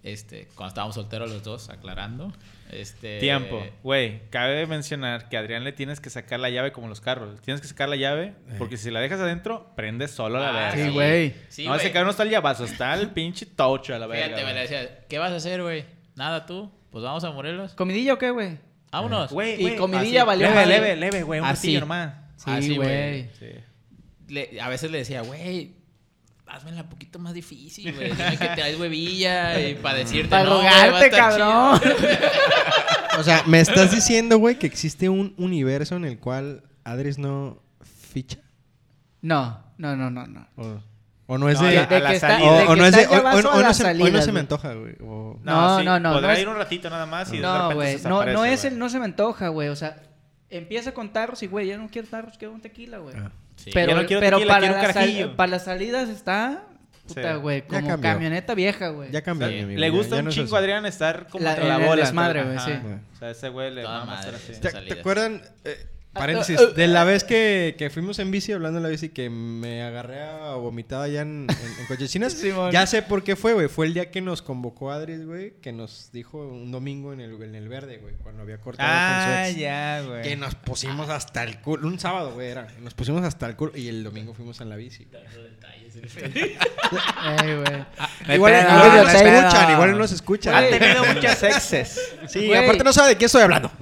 Este, cuando estábamos solteros los dos, aclarando. Este. Tiempo. Eh. Güey, cabe mencionar que a Adrián le tienes que sacar la llave como los carros. Le Tienes que sacar la llave porque si la dejas adentro, prende solo la Ah, verga. sí, güey. Sí, no, ese güey. cabrón no está el llavazo, está el pinche tocho a la verga. Fíjate, me güey. decía, ¿qué vas a hacer, güey? Nada, tú. Pues vamos a Morelos. ¿Comidilla o qué, güey? Vámonos. Güey, Y güey, comidilla así. valió Leve, madre. leve, leve, güey. Un Así. ratillo nomás. Así, Sí, güey. güey. Ah, Sí. le- a veces le decía, güey, hazmela un poquito más difícil, güey. Dime que traes huevilla y para decirte. Para "No, güey, va a rogarte, estar cabrón. [laughs] chido". O sea, me estás diciendo, güey, que existe un universo en el cual Adres no ficha. No, no, no, no, no. O, o no es No, de. la- a que está- salida. de o, o que no es está de. el O, o- llavazo o a no las se, hoy no salidas, se me güey. antoja, güey. o- No, No, sí, no, no, Podrá no es- ir un ratito nada más y de No, repente güey. se No, no desaparece, es güey. el, no se me antoja, güey. O sea, empieza con tarros y, güey, ya no quiero tarros, quiero un tequila, güey. Ah. Sí. Pero, ya no quiero pero tequila, para, quiero un las sal- carajillo. para las salidas está, puta, Sí. güey, Ya como cambió. camioneta vieja, güey. Ya cambió, Sí. mi amigo. Le ya- gusta ya un no es chingo eso. a Adrián estar como La- entre la el- el bola. desmadre, entonces, güey, ajá. sí. O sea, ese güey le Toda mama estar madre. así. ¿Te, Esas te salidas. acuerdan? eh, paréntesis. De la vez que, que fuimos en bici, hablando de la bici, que me agarré a vomitada allá en, en, en Cochichinas. Simón. ya sé por qué fue, güey. Fue el día que nos convocó Adris, güey, que nos dijo un domingo en el, en el verde, güey, cuando había cortado con Ah, su ex. ya, Que güey. nos pusimos hasta el culo. Un sábado, güey, era. Nos pusimos hasta el culo y el domingo fuimos en la bici. [laughs] Ey, güey. No hay igual pedo, igual no nos hay pedo. escuchan, igual nos escuchan. Ha tenido muchas exes. [laughs] Sí, Güey. aparte no sabe de qué estoy hablando.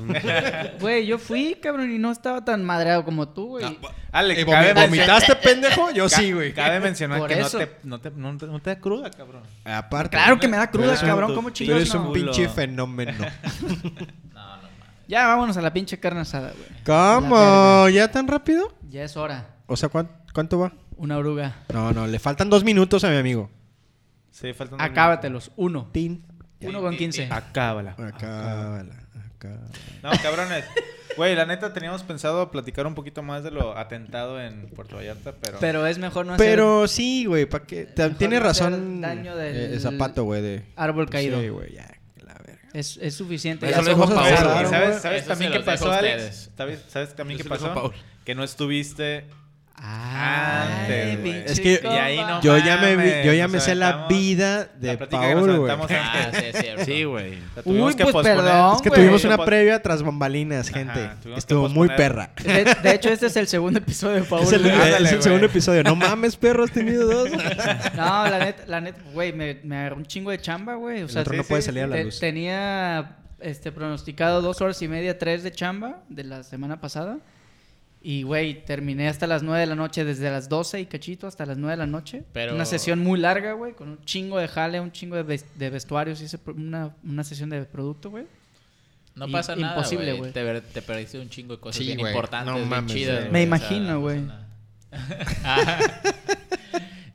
Güey, yo fui, cabrón, y no estaba tan madreado como tú, güey. Alex, Eh, cabe vomi- mencionar, ¿Vomitaste, pendejo? Yo ca- sí, güey. Cabe mencionar Por que no eso. te, no, te, no, te- no te da cruda, cabrón. Aparte. Claro que me da Tú cruda, eres un- cabrón, tú- como tú Tú chingos eres no? un no. [laughs] pinche fenómeno. No, no mames. Ya vámonos a la pinche carne asada, güey. La ¿Cómo? verga. ¿Ya tan rápido? Ya es hora. O sea, ¿cuán- ¿cuánto va? Una oruga. No, no, le faltan dos minutos a mi amigo. Sí, faltan. Acábatelos. Uno. Tin. Uno con quince. Acábala. Acábala, acá. No, cabrones. Güey, la neta teníamos pensado platicar un poquito más de lo atentado en Puerto Vallarta, pero. Pero es mejor no hacer Pero sí, güey, ¿para qué? Te- Mejor Tiene no hacer razón. daño eh, del- el zapato, güey. de- árbol caído. Sí, güey, ya. que La verga. Es, es suficiente. Eso Ya lo dijo somos- cosas Oye, Paul. pasaron, ¿y ¿Sabes, güey. sabes Eso también se qué los dejo pasó, a Alex? ustedes. ¿Sabes, sabes también qué Yo se los dejo a pasó? Paul. Que no estuviste. Ay, Antes, güey. pinche Es que- Y ahí no compa. Yo ya me, vi- mames, yo ya nos me sé la aventamos- vida de la plática que nos Paul, güey. aventamos Ah, antes. sí, es cierto. Sí, güey. La tuvimos Uy, pues, posponer. perdón, Es que güey. tuvimos Yo una Pos- previa tras bambalinas, gente. tuvimos que Estuvo muy posponer. perra. De, de hecho, este es el segundo episodio de Paul. Es el, güey. Ándale, es el güey. segundo episodio. No mames, perro, has tenido dos. [laughs] No, la neta, la neta, güey, me, me agarró un chingo de chamba, güey. O El sea, otro sí, no sí, puede sí, salir a la te- luz. tenía este pronosticado dos horas y media, tres de chamba de la semana pasada. Y, güey, terminé hasta las nueve de la noche, desde las doce y cachito hasta las nueve de la noche. Pero- Una sesión muy larga, güey, con un chingo de jale, un chingo de, ves- de vestuarios. Hice pro- una, una sesión de producto, güey. No Y- pasa nada. imposible, Imposible, güey. güey. Te, ver- te perdiste un chingo de cosas Sí, bien güey. No importantes, bien mames, chidas, güey. Me güey. O sea, imagino, no güey. [laughs] pasa nada.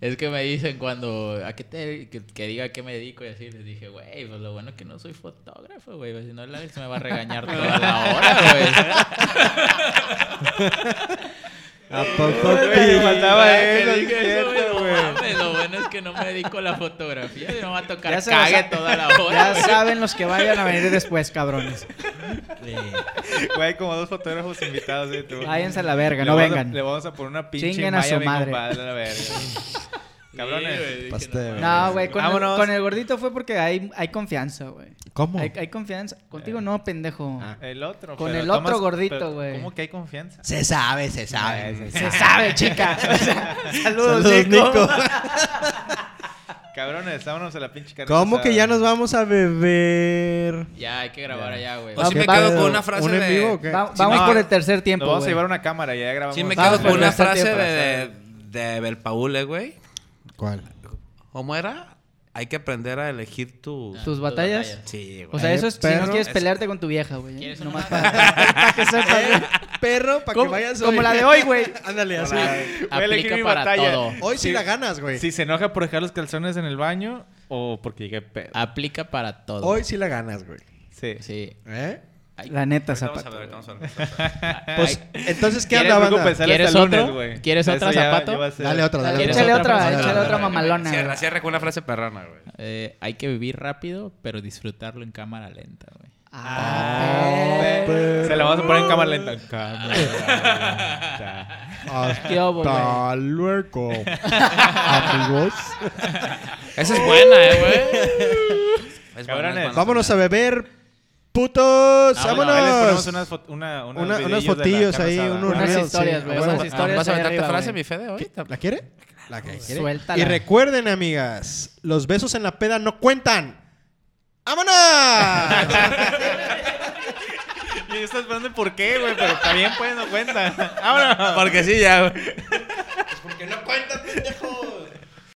es que me dicen cuando. ¿A qué te.? Que, que diga a qué me dedico y así. Les dije, güey, pues lo bueno que no soy fotógrafo, güey. pues, Si no, el Alex me va a regañar toda la hora, [laughs] güey. ¿A [laughs] poco Güey, te- faltaba Ay, él, que no es diga eso, cierto, [laughs] güey, no güey. mames, Lo bueno es que no me dedico a la fotografía. y No me va a Ya tocar se lo cague sa- toda la hora. Ya güey. saben los que vayan a venir después, cabrones. Güey, como dos fotógrafos invitados. ¿eh, tú? Váyanse a la verga, Le no vamos a- vengan. le vamos a poner una pinche Chinguen a su malla bien madre. compadre, a la [laughs] verga. [laughs] Cabrones. Sí, güey, dije, Pastel, no mames. No, güey, con, el, Vámonos. con el gordito fue porque hay, hay confianza, güey. ¿Cómo? Hay, hay confianza. Contigo no, pendejo. Ah. El otro. Con pero el otro tomas- gordito, pero güey. ¿Cómo que hay confianza? Se sabe, se sabe. [laughs] Se sabe, chicas. saludos, Saludos, Nico. Nico. Cabrones, vámonos a la pinche carne ¿Cómo asada. que ya nos vamos a beber? Ya, hay que grabar allá, güey. O si me Va- quedo va- con una frase ¿Un en de- vivo o qué? Va- Si vamos no, por el tercer tiempo. Nos vamos a güey. llevar una cámara, ya grabamos. Sí, me Vamos quedo con por una [laughs] el frase bastante de, de Belpaule, güey. ¿Cuál? ¿Cómo era? Hay que aprender a elegir tu... ¿Tus batallas? Sí, Ah. O güey. sea, eso es si Pero- no quieres es- pelearte con tu vieja, güey. ¿eh? ¿Quieres una Nomás para, más? para que sepas. güey. Perro, para que Como- vayas como hoy. la de hoy, güey. [laughs] Ándale, así. Voy a elegir Aplica mi para batalla. todo. Hoy sí Sí. la ganas, güey. Si se enoja por dejar los calzones en el baño o porque llegué pedo. Ah, Aplica para todo. Hoy sí la ganas, güey. sí. Sí. ¿Eh? La neta, Vamos a zapato. ver, vamos a ver. Pues, entonces, ¿qué ¿Quieres onda, luego banda? pensar ¿Quieres hasta el lunes, otro? güey? ¿Quieres Eso otra, ya- zapato? ya va a ser- Dale otra, dale Échale Otra otra, persona. échale otra mamalona. Cierra, güey. cierra con una frase perrana, güey. Eh, hay que vivir rápido, pero disfrutarlo en cámara lenta, güey. Ah, perro. Se la vamos a poner en cámara Eh, lenta. Cámara lenta. Qué obo, güey. Hasta luego, amigos. Esa es buena, eh, güey. Es buena, Cabrones. es buena. Vámonos a beber, putos. Ah, bueno, ahí les Vámonos. ponemos unas, fot- una, unas, Una- unas videillos de la fotillos carne ahí, asada. unos Unas reels, historias, sí. güey. Ah, Unas bueno. Ah, historias ¿Vas a ahí aventarte arriba, frase, güey. mi Fede, hoy? [laughs] ¿La quiere? La que quiere. Suéltala. Y recuerden, amigas, los besos en la peda no cuentan. [laughs] ¡Vámonos! Y yo estaba esperando el por qué, güey, pero también pues no cuenta. Vámonos. Porque sí, ya, güey. Porque no cuentan, pendejo.